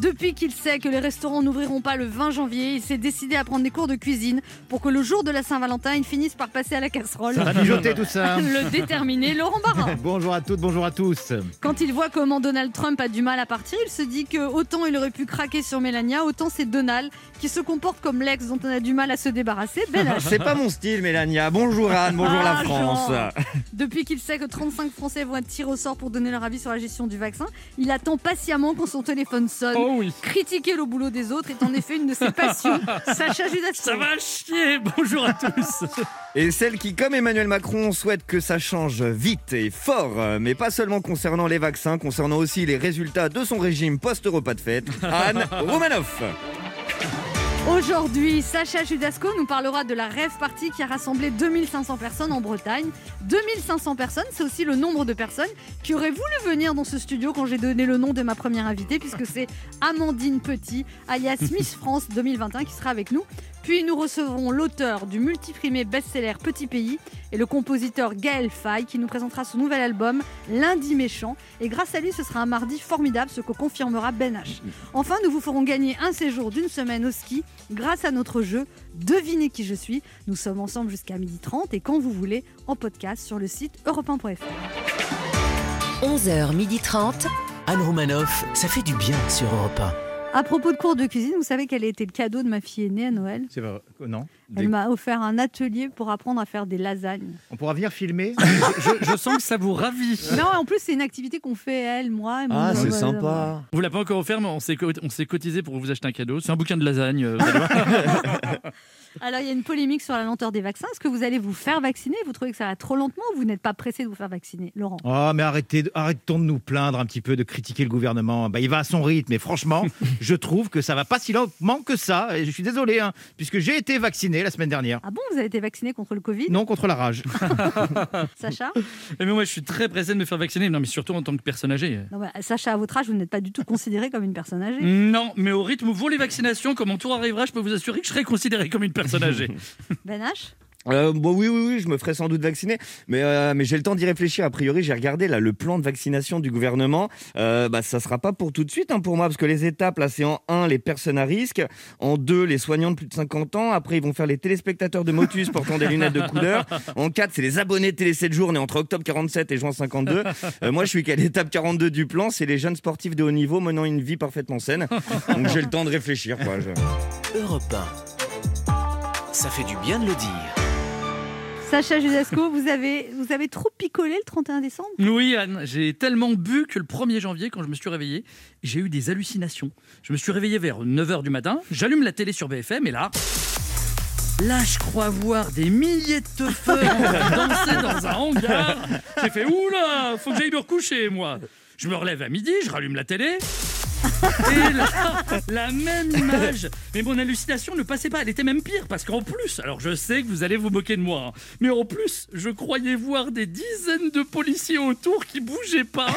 Depuis qu'il sait que les restaurants n'ouvriront pas le 20 janvier, il s'est décidé à prendre des cours de cuisine pour que le jour de la Saint-Valentin, il finisse par passer à la casserole. Ça va mijoter tout ça. le déterminé Laurent Barra. bonjour à toutes, bonjour à tous. Euh, Quand il voit comment Donald Trump a du mal à partir, il se dit que autant il aurait pu craquer sur Mélania, autant c'est Donald qui se comporte comme l'ex dont on a du mal à se débarrasser. Ben Belle Ben, C'est pas mon style, Mélania. Bonjour Anne, bonjour la Ah, France. Jean. Depuis qu'il sait que 35 Français vont être tirés au sort pour donner leur avis sur la gestion du vaccin, il attend patiemment quand son téléphone sonne. Oh oui. Critiquer le boulot des autres est en effet une de ses passions. Sacha Judasco. Ça va chier Bonjour à tous Et celle qui, comme Emmanuel Macron, souhaite que ça change vite et fort, euh, mais pas seulement concernant les vaccins, concernant aussi les résultats de son régime post-repas de fête, Anne Romanoff. Aujourd'hui, Sacha Judasco nous parlera de la rêve party qui a rassemblé 2500 personnes en Bretagne. 2500 personnes, c'est aussi le nombre de personnes qui auraient voulu venir dans ce studio quand j'ai donné le nom de ma première invitée, puisque c'est Amandine Petit, alias Miss France 2021, qui sera avec nous. Puis nous recevrons l'auteur du multiprimé best-seller Petit Pays et le compositeur Gaël Faye qui nous présentera son nouvel album Lundi Méchant. Et grâce à lui, ce sera un mardi formidable, ce que confirmera Ben H. Enfin, nous vous ferons gagner un séjour d'une semaine au ski grâce à notre jeu Devinez qui je suis. Nous sommes ensemble jusqu'à 12h30 et quand vous voulez, en podcast sur le site europe 1.fr. 11h30. Anne Romanoff, ça fait du bien sur Europe À propos de cours de cuisine, vous savez quel a été le cadeau de ma fille aînée à Noël C'est vrai, non Elle m'a offert un atelier pour apprendre à faire des lasagnes. On pourra venir filmer je, je sens que ça vous ravit. Non, en plus, c'est une activité qu'on fait, elle, moi. Ah, et mon homme, euh, On vous l'a pas encore offert, mais on s'est co- on s'est cotisé pour vous acheter un cadeau. C'est un bouquin de lasagne. euh, vous allez voir. Alors, il y a une polémique sur la lenteur des vaccins. Est-ce que vous allez vous faire vacciner Vous trouvez que ça va trop lentement ou vous n'êtes pas pressé de vous faire vacciner Laurent Oh, mais arrêtez, de- arrêtons de nous plaindre un petit peu, de critiquer le gouvernement. Bah, il va à son rythme, et franchement, je trouve que ça va pas si lentement que ça. Et je suis désolé, hein, puisque j'ai été vacciné la semaine dernière. Ah bon, vous avez été vacciné contre le Covid Non, contre la rage. Sacha Et mais moi, je suis très pressé de me faire vacciner. Non, mais surtout en tant que personne âgée. non, bah, Sacha, à votre âge, vous n'êtes pas du tout considéré comme une personne âgée. Non, mais au rythme où vont les vaccinations, quand mon tour arrivera, je peux vous assurer que je serai considéré comme une personne âgée. Ben H Euh, bon, oui, oui, oui, je me ferai sans doute vacciner, mais, euh, mais j'ai le temps d'y réfléchir. A priori, j'ai regardé là, le plan de vaccination du gouvernement. Euh, bah, ça sera pas pour tout de suite hein, pour moi, parce que les étapes, là, c'est en 1, les personnes à risque, en 2, les soignants de plus de 50 ans, après, ils vont faire les téléspectateurs de Motus portant des lunettes de couleur, en 4, c'est les abonnés de Télé 7 jours, nés entre octobre 47 et juin 52. Euh, moi, je suis qu'à l'étape 42 du plan, c'est les jeunes sportifs de haut niveau menant une vie parfaitement saine. Donc, j'ai le temps de réfléchir, quoi. je- 1. Europe 1. Ça fait du bien de le dire. Sacha Judasco, vous avez, vous avez trop picolé le 31 décembre Oui, Anne, j'ai tellement bu que le 1er janvier, quand je me suis réveillé, j'ai eu des hallucinations. Je me suis réveillé vers 9h du matin, j'allume la télé sur BFM et là. Là, je crois voir des milliers de teufeurs danser dans un hangar. J'ai fait Oula, faut que j'aille me recoucher, moi. Je me relève à midi, je rallume la télé. Et là, la même image. Mais mon hallucination ne passait pas, elle était même pire. Parce qu'en plus, alors je sais que vous allez vous moquer de moi, hein, mais en plus, je croyais voir des dizaines de policiers autour qui bougeaient pas.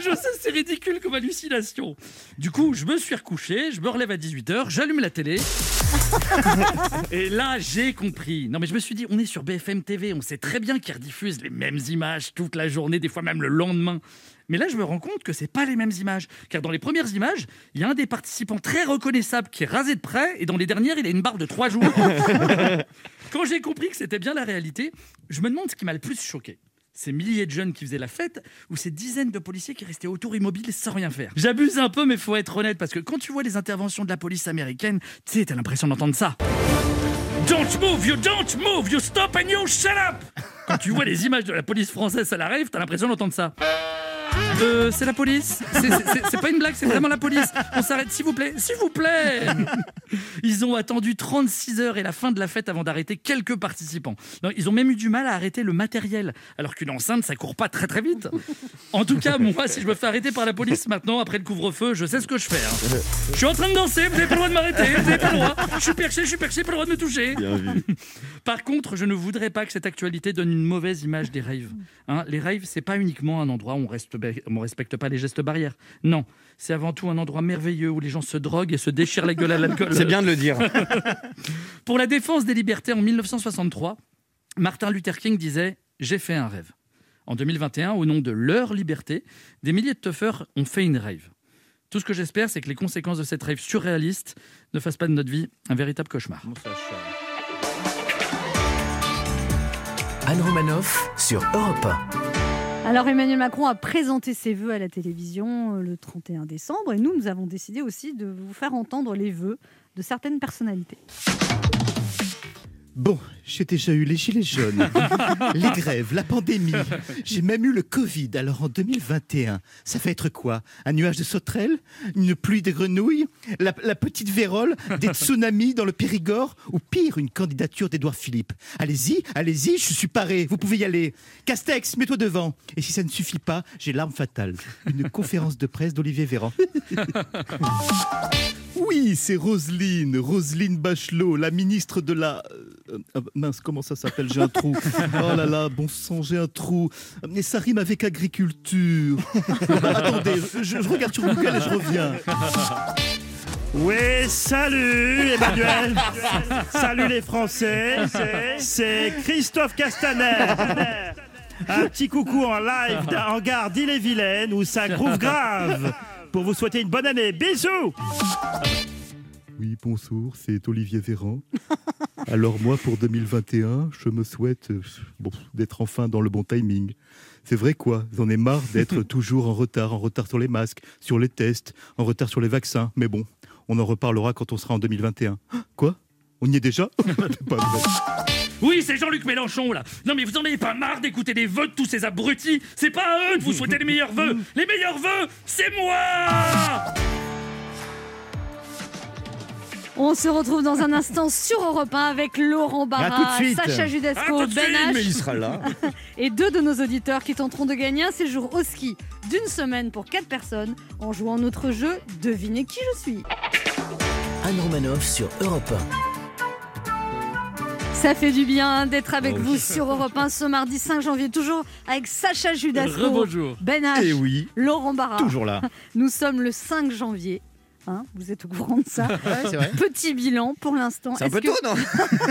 je sais, c'est ridicule comme hallucination. Du coup, je me suis recouché, je me relève à 18h, j'allume la télé. Et là, j'ai compris. Non, mais je me suis dit, on est sur BFM TV, on sait très bien qu'ils rediffusent les mêmes images toute la journée, des fois même le lendemain. Mais là, je me rends compte que c'est pas les mêmes images, car dans les premières images, il y a un des participants très reconnaissable qui est rasé de près, et dans les dernières, il a une barbe de trois jours. Quand j'ai compris que c'était bien la réalité, je me demande ce qui m'a le plus choqué. Ces milliers de jeunes qui faisaient la fête ou ces dizaines de policiers qui restaient autour immobiles sans rien faire. J'abuse un peu, mais faut être honnête parce que quand tu vois les interventions de la police américaine, tu sais, t'as l'impression d'entendre ça. Don't move, you don't move, you stop and you shut up Quand tu vois les images de la police française à la rave, t'as l'impression d'entendre ça. Euh, c'est la police. C'est- c'est- C'est c'est pas une blague, c'est vraiment la police. On s'arrête, s'il vous plaît, s'il vous plaît. Ils ont attendu 36 heures et la fin de la fête avant d'arrêter quelques participants. Non, ils ont même eu du mal à arrêter le matériel, alors qu'une enceinte, ça court pas très très vite. En tout cas, moi, si je me fais arrêter par la police maintenant, après le couvre-feu, je sais ce que je fais. hein. Je suis en train de danser, vous n'avez pas le droit de m'arrêter, vous n'avez pas le droit. Je suis perché, je suis perché, pas le droit de me toucher. Par contre, je ne voudrais pas que cette actualité donne une mauvaise image des raves. Hein, les raves, c'est pas uniquement un endroit où on reste- on ne respecte pas les gestes barrières. Non, c'est avant tout un endroit merveilleux où les gens se droguent et se déchirent la gueule à l'alcool. C'est bien de le dire. Pour la défense des libertés en 1963, Martin Luther King disait J'ai fait un rêve. En 2021, au nom de leur liberté, des milliers de toughers ont fait une rave. Tout ce que j'espère, c'est que les conséquences de cette rave surréaliste ne fassent pas de notre vie un véritable cauchemar. Anne Romanoff sur Europe 1. Alors Emmanuel Macron a présenté ses vœux à la télévision euh, le 31 décembre et nous, nous avons décidé aussi de vous faire entendre les vœux de certaines personnalités. Bon, j'ai déjà eu les gilets jaunes, les grèves, la pandémie. J'ai même eu le Covid. Alors en 2021, ça va être quoi Un nuage de sauterelles Une pluie de grenouilles la, la petite vérole Des tsunamis dans le Périgord Ou pire, une candidature d'Edouard Philippe Allez-y, allez-y, je suis paré, vous pouvez y aller. Castex, mets-toi devant. Et si ça ne suffit pas, j'ai l'arme fatale. Une conférence de presse d'Olivier Véran. Oui, c'est Roselyne, Roselyne Bachelot, la ministre de la... euh, euh, mince, comment ça s'appelle J'ai un trou. Oh là là, bon sang, j'ai un trou. Mais ça rime avec agriculture. Bah, attendez, je, je regarde sur Google et je reviens. Oui, salut Emmanuel Salut les Français C'est Christophe Castaner Un petit coucou en live d'un hangar d'Ille-et-Vilaine où ça groove grave Pour vous souhaiter une bonne année, bisous Oui, bonsoir, c'est Olivier Véran. Alors moi, pour 2021, je me souhaite euh, bon, d'être enfin dans le bon timing. C'est vrai quoi, j'en ai marre d'être toujours en retard, en retard sur les masques, sur les tests, en retard sur les vaccins. Mais bon, on en reparlera quand on sera en 2021. Quoi On y est déjà C'est pas vrai. Oui, c'est Jean-Luc Mélenchon là. Non mais vous en avez pas marre d'écouter les vœux de tous ces abrutis C'est pas à eux de vous souhaiter les meilleurs vœux. Les meilleurs vœux, c'est moi On se retrouve dans un instant sur Europe 1 avec Laurent À Barra, tout de suite. Sacha Judasco, À tout de Ben suite, H. Mais il sera là. et deux de nos auditeurs qui tenteront de gagner un séjour au ski d'une semaine pour quatre personnes en jouant à notre jeu Devinez qui je suis. Anne Romanoff sur Europe Ça fait du bien hein, d'être avec vous sur Europe 1 ce mardi 5 janvier, toujours avec Sacha Judasco, Rebonjour. Ben H, Et oui, Laurent Barra. toujours là. Nous sommes le 5 janvier. Hein, vous êtes au courant de ça c'est vrai. Petit bilan pour l'instant. C'est un Est-ce peu que- tôt, non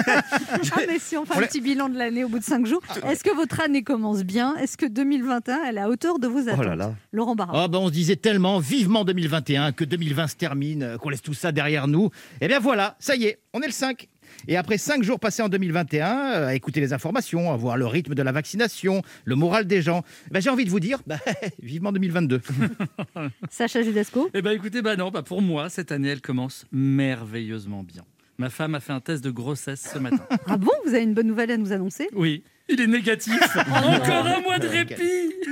Ah, mais si on fait On un l'a- petit bilan de l'année au bout de 5 jours, est-ce que votre année commence bien Est-ce que 2021 elle est à hauteur de vos attentes Oh là là. Laurent Barra. Ah bah on se disait tellement vivement 2021 que 2020 se termine, euh, qu'on laisse tout ça derrière nous. Eh bien voilà, ça y est, on est le 5. Et après 5 jours passés en 2021, euh, à écouter les informations, à voir le rythme de la vaccination, le moral des gens, bah, j'ai envie de vous dire, bah, vivement 2022. Sacha Judasco Eh ben écoutez, bah non, bah pour moi, cette année, elle commence merveilleusement bien. Ma femme a fait un test de grossesse ce matin. Ah bon, vous avez une bonne nouvelle à nous annoncer Oui. Il est négatif. Encore un mois de répit.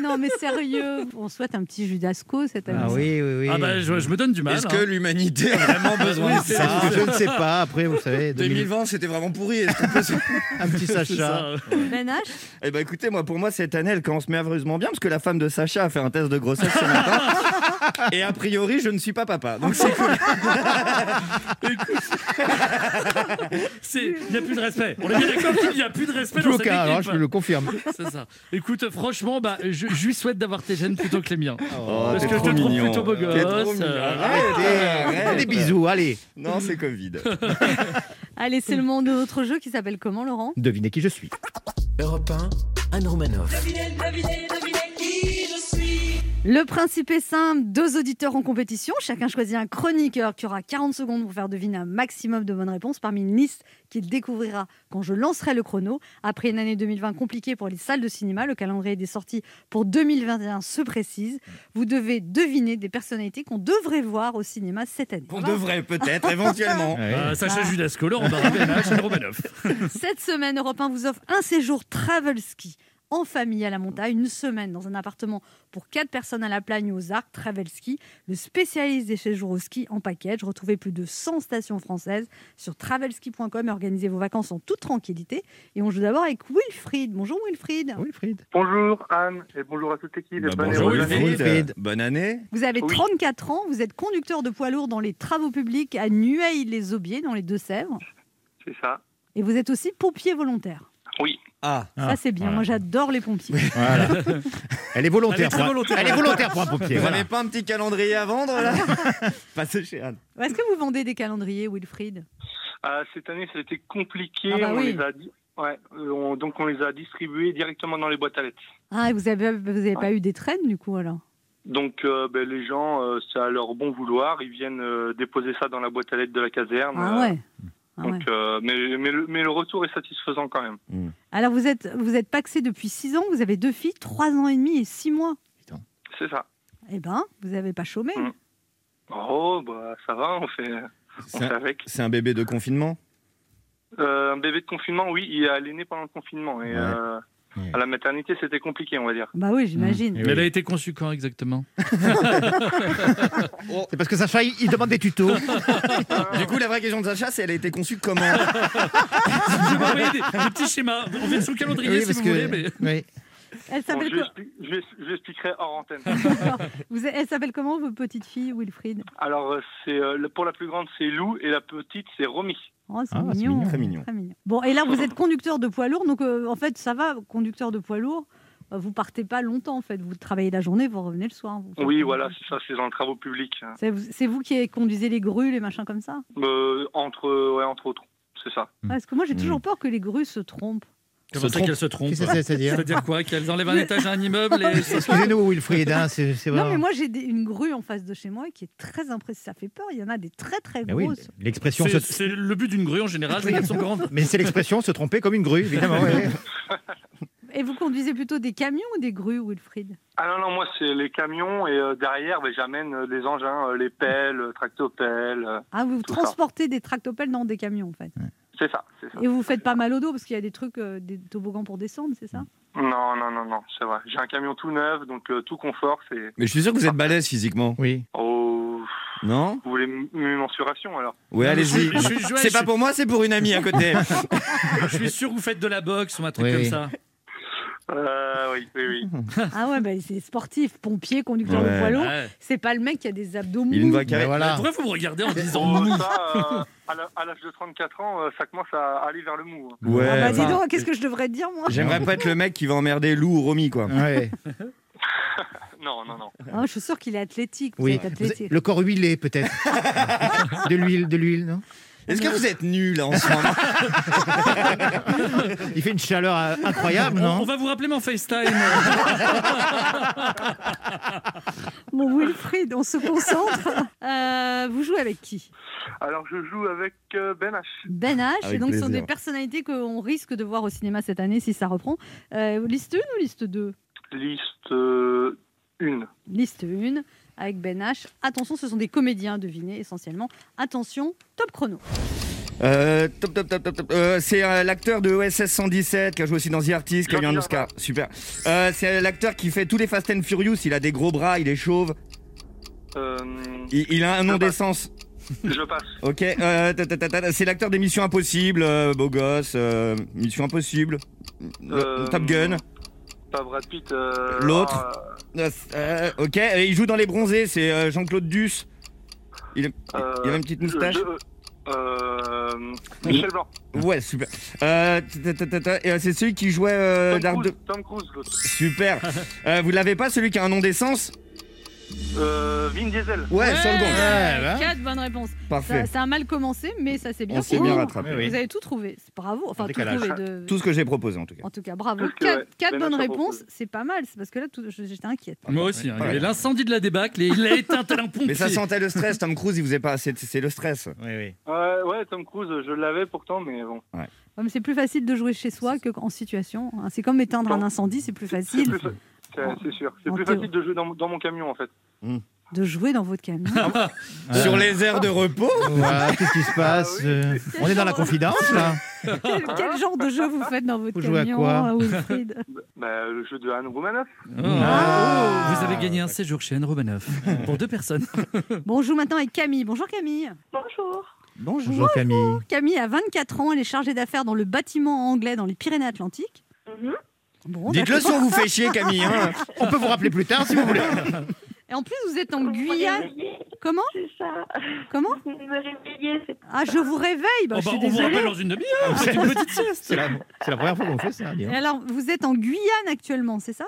Non mais sérieux, on souhaite un petit Judasco cette année. Eh oui, oui, oui. Ah bah je, je me donne du mal. Est-ce hein. que l'humanité a vraiment besoin de Ça, ça je ne sais pas, après vous savez, 2020, 2020, c'était vraiment pourri. Est-ce qu'on peut se- un petit C'est Sacha. ça. Ben H, Eh ben écoutez, moi pour moi cette année elle commence merveilleusement bien parce que la femme de Sacha a fait un test de grossesse ce matin. Et a priori, je ne suis pas papa. Ah, Donc c'est cool. C'est- Il n'y a plus de respect. On est bien d'accord qu'il n'y a plus de respect Plus dans cette aucun, alors équipe. je le confirme. C'est ça. Écoute, franchement, bah, je, je lui souhaite d'avoir tes gènes plutôt que les miens. Oh, Parce t'es que je trop te trouve mignon. plutôt beau T'es gosse, trop mignon. euh, Arrête, arrête. Des bisous, allez, Non, c'est Covid. allez c'est le moment de notre jeu qui s'appelle comment Laurent devinez qui je suis. 1. Europe 1, Anne Romanoff. Le principe est simple, deux auditeurs en compétition, chacun choisit un chroniqueur qui aura 40 secondes pour faire deviner un maximum de bonnes réponses parmi une liste qu'il découvrira quand je lancerai le chrono. Après une année 2020 compliquée pour les salles de cinéma, le calendrier des sorties pour 2021 se précise. Vous devez deviner des personnalités qu'on devrait voir au cinéma cette année. Qu'on devrait peut-être Ah, éventuellement. euh, Sacha Judasco, Laurent Barra, BNH et Romanoff. Cette semaine, Europe 1 vous offre un séjour travel ski en famille à la montagne, une semaine dans un appartement pour 4 personnes à la plagne ou aux arcs, Travel Ski, le spécialiste des séjours au ski en package. Retrouvez plus de 100 stations françaises sur travelski.com et organisez vos vacances en toute tranquillité. Et on joue d'abord avec Wilfried. Bonjour Wilfried. Oui, Fred. Bonjour Anne et bonjour à toute l'équipe. Bah, et bonne bonjour, année. Wilfried. Wilfried. Bonne année. Vous avez Oui. 34 ans, vous êtes conducteur de poids lourd dans les travaux publics à Nueil-les-Aubiers, dans les Deux-Sèvres. C'est ça. Et vous êtes aussi pompier volontaire. Oui. Ah, Ça, c'est bien. Moi, j'adore les pompiers. Voilà. Elle est volontaire. Elle est très pour un- volontaire. Elle est volontaire pour un vous pompier. voilà. n'avez pas un petit calendrier à vendre là Passez Ah, chez Anne. Est-ce que vous vendez des calendriers, Wilfried Ah, cette année, ça a été compliqué. Ah bah on oui. les a di- ouais, euh, on- donc on les a distribués directement dans les boîtes à lettres. Ah, et vous n'avez vous avez pas eu des traînes, du coup, alors Donc euh, ben, les gens, euh, c'est à leur bon vouloir, ils viennent euh, déposer ça dans la boîte à lettres de la caserne. Ah euh, ouais. Ah ouais. donc, euh, mais, mais le, mais le retour est satisfaisant quand même. Mm. Alors, vous êtes, vous êtes paxé depuis 6 ans, vous avez deux filles, 3 ans et demi et 6 mois. C'est ça. Eh ben, vous n'avez pas chômé. Mm. Oh, bah, ça va, on fait, on C'est fait un- avec. c'est un bébé de confinement Euh, un bébé de confinement, oui, il est né pendant le confinement. Et Ouais. euh, Ouais. à la maternité, c'était compliqué, on va dire. Bah oui, j'imagine. Mais elle a été conçue quand exactement C'est parce que Sacha, il il demande des tutos. Ah. Du coup, la vraie question de Sacha, c'est elle a été conçue comment Je vais m'envoyer des, des petits schémas en version calendrier Oui, si parce vous que- voulez. Mais... Oui. Elle Bon, s'appelle je, lui expli- je lui ex- je lui expliquerai hors antenne. co- vous- elle s'appelle comment, votre petite fille, Wilfried Alors, euh, c'est, euh, le- pour la plus grande, c'est Lou et la petite, c'est Romy. Oh, c'est Ah, c'est mignon. mignon. Très mignon. Bon, et là, vous êtes conducteur de poids lourd, donc euh, en fait, ça va, conducteur de poids lourd, euh, vous partez pas longtemps, en fait. Vous travaillez la journée, vous revenez le soir. vous faites- Oui, voilà, c'est ça, c'est dans le travaux publics. C'est vous, c'est vous qui conduisez les grues, les machins comme ça Euh, entre, ouais, entre autres, c'est ça. Ah, Parce que moi, j'ai Mm. toujours peur que les grues se trompent. Comment ça trompe. qu'elle se trompe Qu'est-ce que c'est- c'est-à-dire C'est-à-dire quoi Qu'elles enlèvent un étage à un immeuble et... Excusez-nous, Wilfried, hein, c'est c'est Non, mais vraiment- moi, j'ai des- une grue en face de chez moi qui est très impressionnante. Ça fait peur. Il y en a des très, très Mais oui, grosses. l'expression. C'est se- c'est le but d'une grue en général, c'est qu'elles sont grandes. Mais c'est l'expression se tromper comme une grue, évidemment. ouais. Et vous conduisez plutôt des camions ou des grues, Wilfried Ah non, non, moi, c'est les camions et euh, derrière, ben, j'amène euh, les engins, euh, les pelles, euh, tractopelles. euh, Ah, vous Tout ça. transportez des tractopelles dans des camions, en fait. c'est ça, c'est ça. Et vous faites pas mal au dos parce qu'il y a des trucs, euh, des toboggans pour descendre, c'est ça Non, non, non, non, c'est vrai. J'ai un camion tout neuf, donc euh, tout confort, c'est... Mais je suis sûr que vous êtes balèze physiquement. Oui. Oh, Non vous voulez m- mes mensurations, alors Ouais, allez-y. Je suis- je suis- C'est pas pour moi, Ah, c'est pour une amie à côté. Je suis sûr que vous faites de la boxe ou un truc Oui, comme oui. ça. Euh, oui, oui, oui. Ah ouais, bah, c'est sportif, pompier, conducteur de Ouais. poids lourd. Ouais. C'est pas le mec qui a des abdos Il a une mous. voix Mais carrée. voilà. Pourquoi vous me regardez en disant Oh, ça, euh, à la- à l'âge de 34 ans, euh, ça commence à aller vers le mou. hein. Ouais. Ah bah dis enfin, donc, qu'est-ce que je devrais dire moi J'aimerais pas être le mec qui va emmerder Lou ou Romy, quoi. Ouais. Non, non, non. Ah, Je suis sûre qu'il est athlétique. Oui. vous êtes athlétique. Le corps huilé, peut-être. De l'huile, de l'huile, non Est-ce que vous êtes nul en ce moment Il fait une chaleur euh, incroyable, on, on non va vous rappeler mon FaceTime. Mon Wilfried, on se concentre. Euh, vous jouez avec qui Alors, je joue avec euh, Ben H. Ben H. Avec Et donc, ce sont plaisir. des personnalités qu'on risque de voir au cinéma cette année si ça reprend. Euh, liste 1 ou liste 2 Liste euh, 1. Liste 1 avec Ben H. Attention, ce sont des comédiens, devinez essentiellement. Attention, top chrono. Euh, Top, top, top, top, top. Euh, c'est euh, l'acteur de OSS 117 qui a joué aussi dans The Artist, qui a eu un Jean-Pierre Oscar. Super. Euh, c'est l'acteur qui fait tous les Fast and Furious. Il a des gros bras, il est chauve. Euh, Il, il a un nom Ah bah. d'essence. je passe. Ok. euh, ta, ta, ta, ta, ta. c'est l'acteur des Missions Impossibles. euh, beau gosse. euh, Mission Impossible. Le- Euh, Top Gun. Pas Brad Pitt. euh, L'autre. ah, Euh, euh, ok. euh, il joue dans Les Bronzés. C'est euh, Jean-Claude Duss. Il, a- euh, il a une petite moustache. euh, euh, Michel Blanc. Ouais, super. Euh, ta, ta, ta, ta, ta. Et, euh, c'est celui qui jouait euh, Tom Dark Cruise, de- Tom Cruise, l'autre. Super. Euh, vous l'avez pas celui qui a un nom d'essence Euh, Vin Diesel. Ouais, sur le bon. bah. 4 bonnes réponses. Ça, Parfait. ça a mal commencé, mais ça s'est bien On s'est fini. bien rattrapé. Oui, oui. Vous avez tout trouvé. C'est Bravo. Enfin, En tout décalage. trouvé. de- Ah, Tout ce que j'ai proposé en tout cas. En tout cas, bravo. Parce que, 4 ouais, Ben bonnes H a réponses, proposé. c'est pas mal. C'est parce que là, tout- j'étais inquiète. Ah, Moi aussi, hein. il y Ouais. avait l'incendie de la débâcle et il a éteint tel un pompier. Mais ça sentait le stress, Tom Cruise, il vous est pas assez. C'est le stress. Oui, oui. Ouais, ouais, Tom Cruise, je l'avais pourtant, mais bon. Ouais, mais c'est plus facile de jouer chez soi qu'en situation. hein. C'est comme éteindre un incendie, c'est plus C'est facile plus fa- c'est- c'est sûr. C'est En plus théorie. facile de jouer dans, dans mon camion, en fait. de jouer dans votre camion. Hmm. Sur les aires de repos Voilà, Qu'est-ce qui se passe Ah euh, On est dans la confidence, là quel, quel genre de jeu vous faites dans votre Vous jouez à camion, euh, quoi Wilfried Bah, le jeu de Anne Roumanoff. Hmm. Oh. Ah. Vous avez gagné un séjour chez Anne Romanoff pour deux personnes. Bon, on joue maintenant avec Camille. Bonjour Camille. Bonjour. Bonjour Camille. Camille a 24 ans, elle est chargée d'affaires dans le bâtiment anglais dans les Pyrénées-Atlantiques. Mhm. Bon, Dites-le si Oh, d'accord. on vous fait chier, Camille. hein. On peut vous rappeler plus tard si vous voulez. Et en plus, vous êtes en Guyane. Comment C'est ça. Comment Vous me réveillez, c'est Ah, je vous réveille bah, Je Oh, bah, suis on vous désolée. Ah, rappelle dans une demi-heure. hein, C'est une petite sieste. C'est la, c'est la première fois qu'on fait ça. dis Et donc. Alors, vous êtes en Guyane actuellement, c'est ça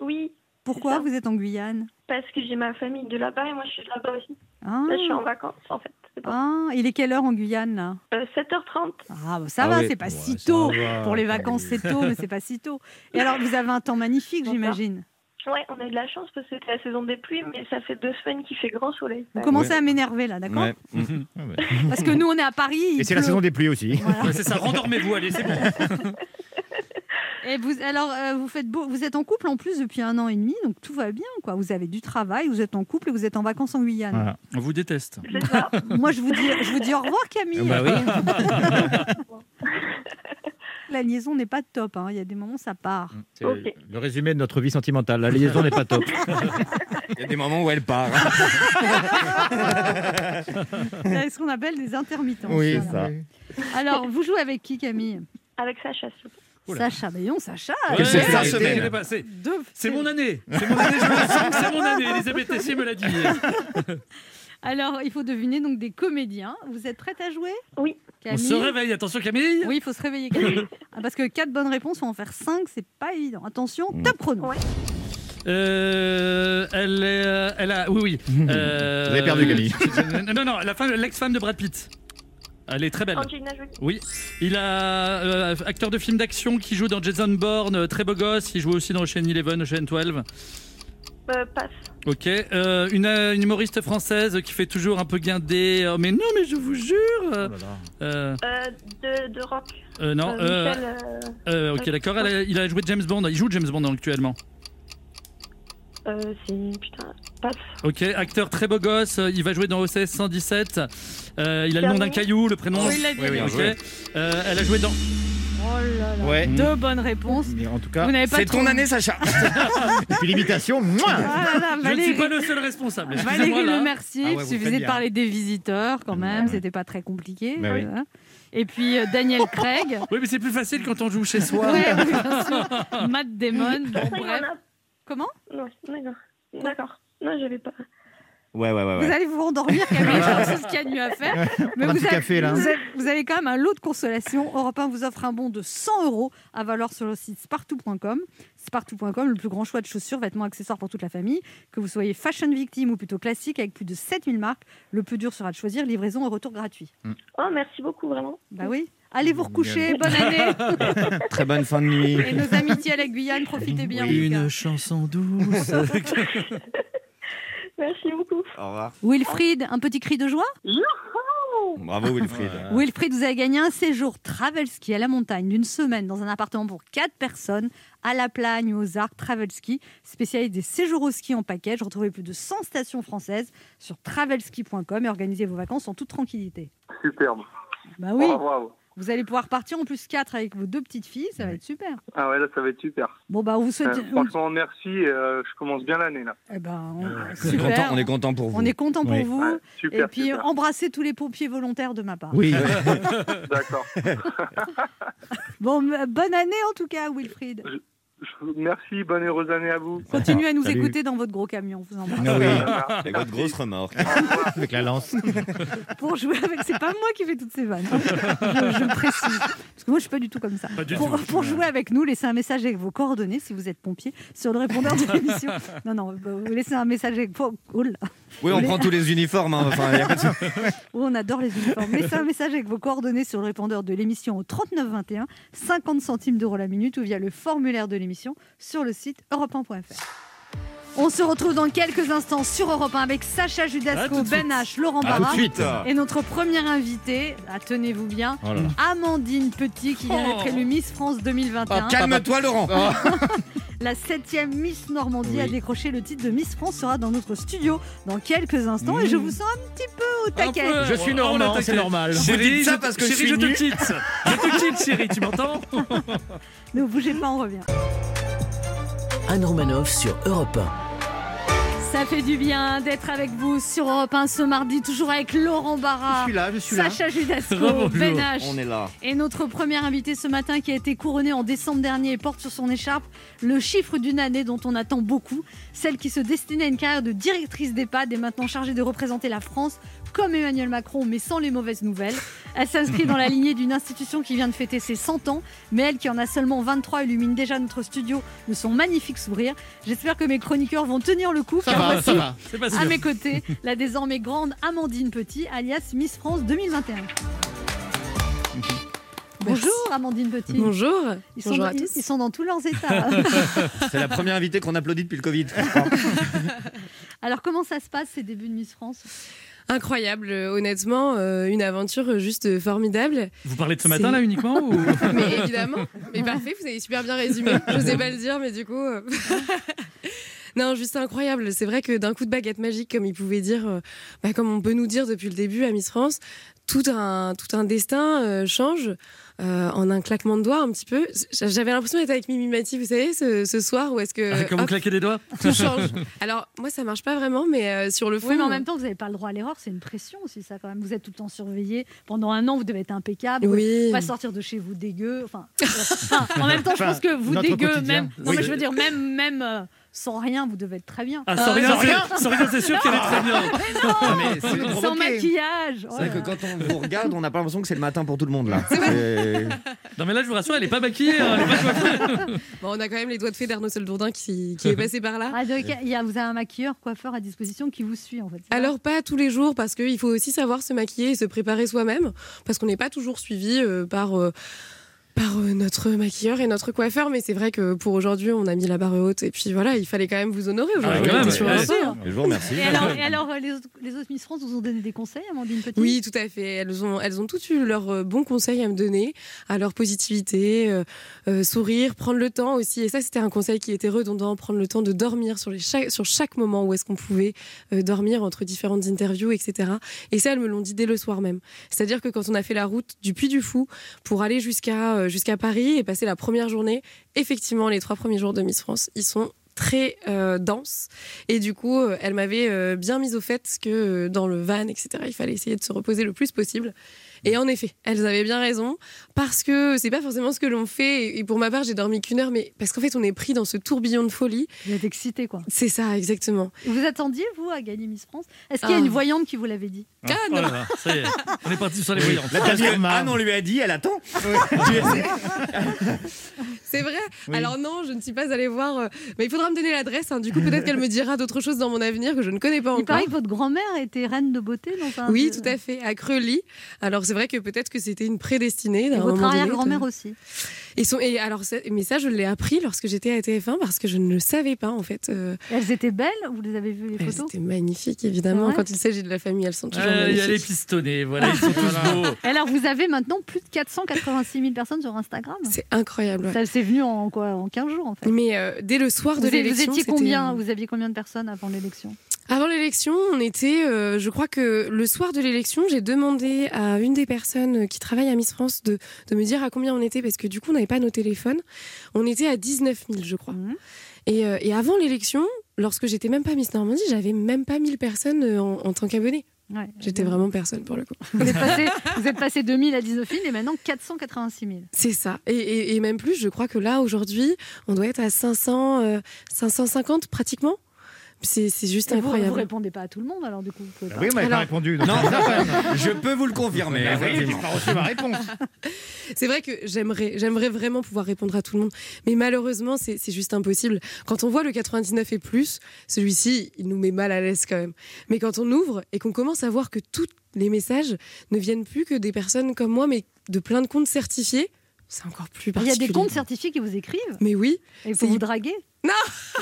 Oui, Pourquoi ça. vous êtes en Guyane parce que j'ai ma famille de là-bas et moi je suis de là-bas aussi. ah. Là, je suis en vacances en fait. C'est bon. Ah, il est quelle heure en Guyane là Euh, 7h30. Ah, bah, ça Ah va, oui. c'est pas Ouais, si ça tôt. va. Pour les vacances, c'est tôt, mais c'est pas si tôt. Et alors, vous avez un temps magnifique, Bonsoir. j'imagine. Ouais, on a eu de la chance parce que c'était la saison des pluies, mais ça fait deux semaines qu'il fait grand soleil. Vous commencez à m'énerver là, d'accord Ouais. Ah ouais. Parce que nous, on est à Paris. il Et c'est la pleut. saison des pluies aussi. Ouais, c'est ça, rendormez-vous, allez, c'est bon. Et vous, alors, euh, vous faites beau. Vous êtes en couple en plus depuis un an et demi, donc tout va bien, quoi. Vous avez du travail, vous êtes en couple et vous êtes en vacances en Guyane. Voilà. On vous déteste. C'est ça. Moi, je vous dis, je vous dis au revoir, Camille. Bah oui. La liaison n'est pas top. hein. Il y a des moments, ça part. C'est Ok. le résumé de notre vie sentimentale. La liaison n'est pas top. Il y a des moments où elle part. hein. C'est ce qu'on appelle des intermittences. Oui, Voilà. ça. Alors, vous jouez avec qui, Camille Avec Sacha. s'il vous plaît. Sacha Bayon, Sacha. Quelle Ouais, semaine. la semaine est passée. deux- bah, C'est mon année. C'est mon année, je le sens que c'est mon année. Elisabeth Tessier me l'a dit. Alors, il faut deviner donc des comédiens. Vous êtes prête à jouer Oui. On Camille se réveille, attention Camille. Oui, il faut se réveiller, Camille. Ah, parce que quatre bonnes réponses, faut en faire cinq, c'est pas évident. Attention, top chrono. Ouais. Euh, elle, est, euh, elle a. Oui, oui. Euh, Vous avez perdu, Camille. Non, non, la femme- l'ex-femme de Brad Pitt. Elle est très belle. Angelina Jolie. Oui. Il a. euh, acteur de film d'action qui joue dans Jason Bourne, euh, très beau gosse. Il joue aussi dans Ocean Eleven, Ocean 12. Euh, passe. Ok. Euh, une, euh, une humoriste française qui fait toujours un peu guinder. euh, mais non, mais je vous jure. Oh euh, euh, Euh, de, de rock. euh, non. Euh, euh, Michel, euh, euh, ok, d'accord. elle a- Il a joué James Bond. Il joue James Bond actuellement. euh, c'est. Putain. Passe. Ok, acteur très beau gosse, euh, il va jouer dans OCS 117. Euh, il a le nom d'un Caillou. caillou, le prénom. Oui, Oh, il l'a dit. bien Ok. joué. Euh, elle a joué dans. Oh là là. Ouais. Deux bonnes réponses. Mais en tout cas, Vous n'avez pas C'est trop- ton année, Sacha. et puis l'imitation. mouah Ah là là, Je ne suis Valérie, pas le seul responsable. Valérie excusez-moi, là. Le Mercier, Ah ouais, il vous suffisait faites de bien. Mmh, parler des visiteurs quand même, Ouais. c'était pas très compliqué. Bah oui. voilà. Et puis euh, Daniel Craig, Oui, mais c'est plus facile quand on joue chez soi. Ouais, oui, bien sûr. Matt Damon, bon, Non, il y en bref. a- Comment Non, d'accord. D'accord. Non, j'avais pas. Ouais, ouais, ouais. Vous ouais. allez vous rendormir, Camille, je pense que c'est ce qu'il y a de mieux à faire. Mais un vous, petit avez, café, là. vous avez- vous avez quand même un lot de consolation. Europe 1 vous offre un bon de 100 euros à valoir sur le site spartou.com. Spartou.com, le plus grand choix de chaussures, vêtements, accessoires pour toute la famille. Que vous soyez fashion victime ou plutôt classique, avec plus de 7000 marques, le plus dur sera de choisir livraison et retour gratuit. Oh, merci beaucoup, vraiment. Bah oui. Allez vous recoucher, bonne année Très bonne fin de nuit. Et nos amitiés à la Guyane, profitez bien. en tout cas. Une chanson douce. Merci beaucoup. Au revoir. Wilfried, un petit cri de joie Bravo, Wilfried. Wilfried, vous avez gagné un séjour Travelski à la montagne d'une semaine dans un appartement pour 4 personnes à La Plagne, aux Arcs, Travelski, spécialiste des séjours au ski en package. Retrouvez plus de 100 stations françaises sur travelski.com et organisez vos vacances en toute tranquillité. Superbe. Bah oui, Oh, waouh. vous allez pouvoir partir en plus 4 avec vos deux petites filles, ça va être super. Ah ouais, là, ça va être super. Bon bah on vous souhaite... Euh, franchement, merci. euh, je commence bien l'année, là. Eh ben, on- On est content- super, on est content pour vous. on est content pour Oui. vous. Ouais, super. Et puis super. embrassez tous les pompiers volontaires de ma part. Oui. D'accord. Bon, m- bonne année en tout cas, Wilfried. Je vous- Merci. Bonne heureuse année à vous. Continuez à nous Salut. écouter dans votre gros camion, vous embrasse. Ah oui, Avec votre grosse remorque. avec la lance. pour jouer avec. C'est pas moi qui fais toutes ces vannes. Je, je précise. Parce que moi, je suis pas du tout comme ça. du pour, pour jouer avec nous, laissez un message avec vos coordonnées si vous êtes pompier sur le répondeur de l'émission. Non, non, bah, vous laissez un message avec vos. Oh là, Oui, on prend tous les uniformes. hein. Enfin, y a pas de- oh, on adore les uniformes. Laissez un message avec vos coordonnées sur le répondeur de l'émission au 3921, 50 centimes d'euros la minute ou via le formulaire de l'émission sur le site europe 1.fr. On se retrouve dans quelques instants sur Europe 1 avec Sacha À Judasco, tout de suite. Ben H, Laurent À tout de Barra. suite. Et notre première invitée, ah, tenez-vous bien, Oh là là. Amandine Petit, qui vient d'être Oh. élue Miss France 2021. Oh, Calme-toi, Laurent. La septième Miss Normandie Ah. à Oui. décrocher le titre de Miss France sera dans notre studio dans quelques instants et je vous sens un petit peu au taquet. Je suis normand, c'est normal. Vous dites ça parce que je chérie, suis je te nu quitte. Je te quitte, chérie, tu m'entends Ne bougez pas, on revient. Anne Romanoff sur Europe 1. Ça fait du bien d'être avec vous sur Europe 1 ce mardi, toujours avec Laurent Barra. Je suis là, je suis là. Sacha Judasco, Rebonjour. Ben H. On est là. Et notre premier invité ce matin, qui a été couronné en décembre dernier et porte sur son écharpe le chiffre d'une année dont on attend beaucoup, celle qui se destinait à une carrière de directrice d'EHPAD et maintenant chargée de représenter la France comme Emmanuel Macron, mais sans les mauvaises nouvelles. Elle s'inscrit dans la lignée d'une institution qui vient de fêter ses 100 ans, mais elle qui en a seulement 23 illumine déjà notre studio de son magnifique sourire. J'espère que mes chroniqueurs vont tenir le coup. Ça car va, voici ça va. C'est pas à sûr. mes côtés, la désormais grande Amandine Petit, alias Miss France 2021. Bonjour Amandine Petit. Bonjour. Ils sont, Bonjour dans, à tous. ils sont dans tous leurs états. C'est la première invitée qu'on applaudit depuis le Covid. Alors comment ça se passe ces débuts de Miss France Incroyable, euh, honnêtement, euh, une aventure euh, juste euh, formidable. Vous parlez de ce C'est- matin là uniquement ou Mais évidemment, mais parfait, vous avez super bien résumé. Je n'osais pas le dire, mais du coup. euh, Non, juste incroyable. C'est vrai que d'un coup de baguette magique, comme il pouvait dire, euh, bah, comme on peut nous dire depuis le début à Miss France, tout un, tout un destin euh, change euh, en un claquement de doigts un petit peu. J'avais l'impression d'être avec Mimi Mati, vous savez, ce, ce soir, où est-ce que Comment hop, claquer des doigts tout change. Alors, moi, ça marche pas vraiment, mais euh, sur le fond. Oui, mais en même temps, vous n'avez pas le droit à l'erreur, c'est une pression aussi, ça quand même. Vous êtes tout le temps surveillé. Pendant un an, vous devez être impeccable. Oui. Pas sortir de chez vous dégueu. Enfin, euh, enfin, en même temps, je Enfin, pense que vous notre dégueu, quotidien. même. Non, Oui. mais je veux dire, même, même euh, sans rien, vous devez être très bien. Euh, Ah, sans rien, c'est- sans rien, c'est sûr qu'elle est très bien. Ah, mais c'est Sans provoqué. maquillage. Oh C'est vrai là que là. quand on vous regarde, on n'a pas l'impression que c'est le matin pour tout le monde là. C'est- Non mais là je vous rassure, elle est pas maquillée, hein, elle est pas coiffée. Bon, on a quand même les doigts de fée d'Arnaud Soldourdin qui, qui est passé par là. Ah, donc, il y a- vous avez un maquilleur, coiffeur à disposition qui vous suit en fait. c'est ça Alors pas tous les jours parce qu'il faut aussi savoir se maquiller et se préparer soi-même parce qu'on n'est pas toujours suivi euh, par euh, par euh, notre maquilleur et notre coiffeur mais c'est vrai que pour aujourd'hui on a mis la barre haute et puis voilà il fallait quand même vous honorer aujourd'hui Ah, quand on était même, sur ouais. un banc, hein. Je vous remercie. Et alors, et alors, euh, les, autres, les autres Miss France vous ont donné des conseils, Amandine Petit Oui, tout à fait. Elles ont, elles ont toutes eu leurs euh, bons conseils à me donner, à leur positivité, euh, euh, sourire, prendre le temps aussi. Et ça, c'était un conseil qui était redondant, prendre le temps de dormir sur, les chaque, sur chaque moment où est-ce qu'on pouvait euh, dormir entre différentes interviews, etc. Et ça, elles me l'ont dit dès le soir même. C'est-à-dire que quand on a fait la route du Puy du Fou pour aller jusqu'à euh, jusqu'à Paris et passer la première journée, effectivement, les trois premiers jours de Miss France, ils sont très euh, denses. Et du coup, euh, elle m'avait euh, bien mise au fait que euh, dans le van, etc., il fallait essayer de se reposer le plus possible. Et en effet, elles avaient bien raison, parce que c'est pas forcément ce que l'on fait. Et- Et pour ma part, j'ai dormi qu'une heure, mais parce qu'en fait, on est pris dans ce tourbillon de folie. Vous êtes excité quoi. C'est ça, exactement. Vous attendiez vous à gagner Miss France Est-ce qu'il y a Ah. une voyante qui vous l'avait dit Ah, Oh non. là là, ça y est, on est parti sur les voyantes. Là, t'as vu, Confirme. Anne, on lui a dit, elle attend. Ah C'est vrai. Alors non, je ne suis pas allée voir. euh, Mais il faudra me donner l'adresse. hein. Du coup, peut-être qu'elle me dira d'autres choses dans mon avenir que je ne connais pas Il encore. paraît que votre grand-mère était reine de beauté dans un. Oui, tout à fait, à Creuly. Alors c'est vrai que peut-être que c'était une prédestinée. Et d'un votre moment donné, de- arrière-grand-mère aussi. Et, son- et alors, ça- mais ça, je l'ai appris lorsque j'étais à TF1 parce que je ne le savais pas en fait. Euh, Elles étaient belles Vous les avez vues les elles photos étaient magnifiques évidemment. Ouais. Quand il s'agit de la famille, elles sont toujours Euh, Il y a les magnifiques. pistonnés, voilà, ils sont tous beaux. Alors vous avez maintenant plus de 486 000 personnes sur Instagram. C'est incroyable. ouais. Ça c'est venu en quoi En 15 jours en fait. Mais euh, dès le soir Vous, de avez- vous l'élection, étiez c'était- combien Vous aviez combien de personnes avant l'élection Avant l'élection, on était, euh, je crois que le soir de l'élection, j'ai demandé à une des personnes qui travaille à Miss France de, de me dire à combien on était, parce que du coup, on n'avait pas nos téléphones. On était à 19 000, je crois. Mhm. Et, euh, et avant l'élection, lorsque j'étais même pas Miss Normandie, j'avais même pas 1000 personnes euh, en, en tant qu'abonnée. Ouais. J'étais vraiment personne pour le coup. Vous êtes passé, vous êtes passé 2000 à 19 000 et maintenant 486 000. C'est ça. Et, et- et même plus, je crois que là, aujourd'hui, on doit être à 500, euh, 550 pratiquement. C'est c'est juste Et Vous, vous incroyable. répondez pas à tout le monde alors du coup. vous Ah pouvez pas. Oui, vous m'avez pas Alors- répondu. donc Non, c'est ça, quand même. je peux vous le confirmer. Bah oui, effectivement. j'ai pas reçu ma réponse. C'est vrai que j'aimerais, j'aimerais vraiment pouvoir répondre à tout le monde, mais malheureusement, c'est c'est juste impossible. Quand on voit le 99 et plus, celui-ci, il nous met mal à l'aise quand même. Mais quand on ouvre et qu'on commence à voir que tous les messages ne viennent plus que des personnes comme moi, mais de plein de comptes certifiés, c'est encore plus Il y a particulier. des comptes certifiés qui vous écrivent Mais oui. et C'est- pour vous draguer. Non.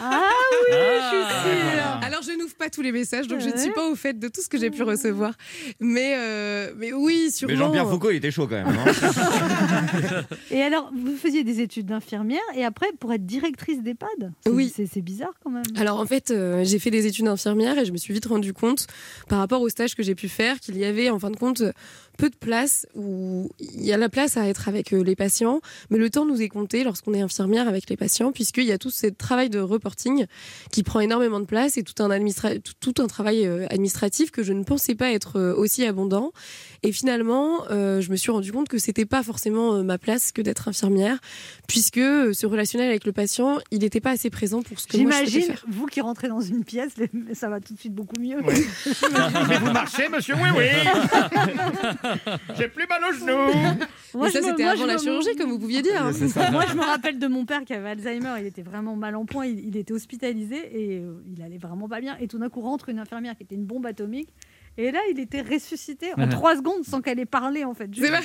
Ah oui, Ah. je suis sûre. Alors je n'ouvre pas tous les messages, donc je ne Ouais. suis pas au fait de tout ce que j'ai pu recevoir. Mais, euh, mais oui, sûrement. Mais Jean-Pierre Foucault, il était chaud quand même. hein. non Et alors, vous faisiez des études d'infirmière et après pour être directrice d'EHPAD C'est- Oui. C'est c'est bizarre quand même. Alors en fait, euh, j'ai fait des études infirmières et je me suis vite rendu compte, par rapport au stage que j'ai pu faire, qu'il y avait en fin de compte euh, peu de place où il y a la place à être avec euh, les patients, mais le temps nous est compté lorsqu'on est infirmière avec les patients, puisqu'il y a tout ce travail de reporting qui prend énormément de place et tout un, administra- tout, tout un travail euh, administratif que je ne pensais pas être euh, aussi abondant. Et finalement, euh, je me suis rendu compte que c'était pas forcément euh, ma place que d'être infirmière, puisque euh, ce relationnel avec le patient, il n'était pas assez présent pour ce que moi je souhaitais J'imagine, faire. vous qui rentrez dans une pièce, les- ça va tout de suite beaucoup mieux. Mais vous marchez, monsieur Oui, oui J'ai plus mal aux genoux Mais ça, je me- c'était je avant la me- chirurgie, comme vous pouviez dire. C'est ça. Moi, je me rappelle de mon père qui avait Alzheimer. Il était vraiment mal en point. Il, il était hospitalisé et euh, il allait vraiment pas bien. Et tout d'un coup, rentre une infirmière qui était une bombe atomique. Et là, il était ressuscité en Ouais. trois secondes sans qu'elle ait parlé, en fait. C'est vrai.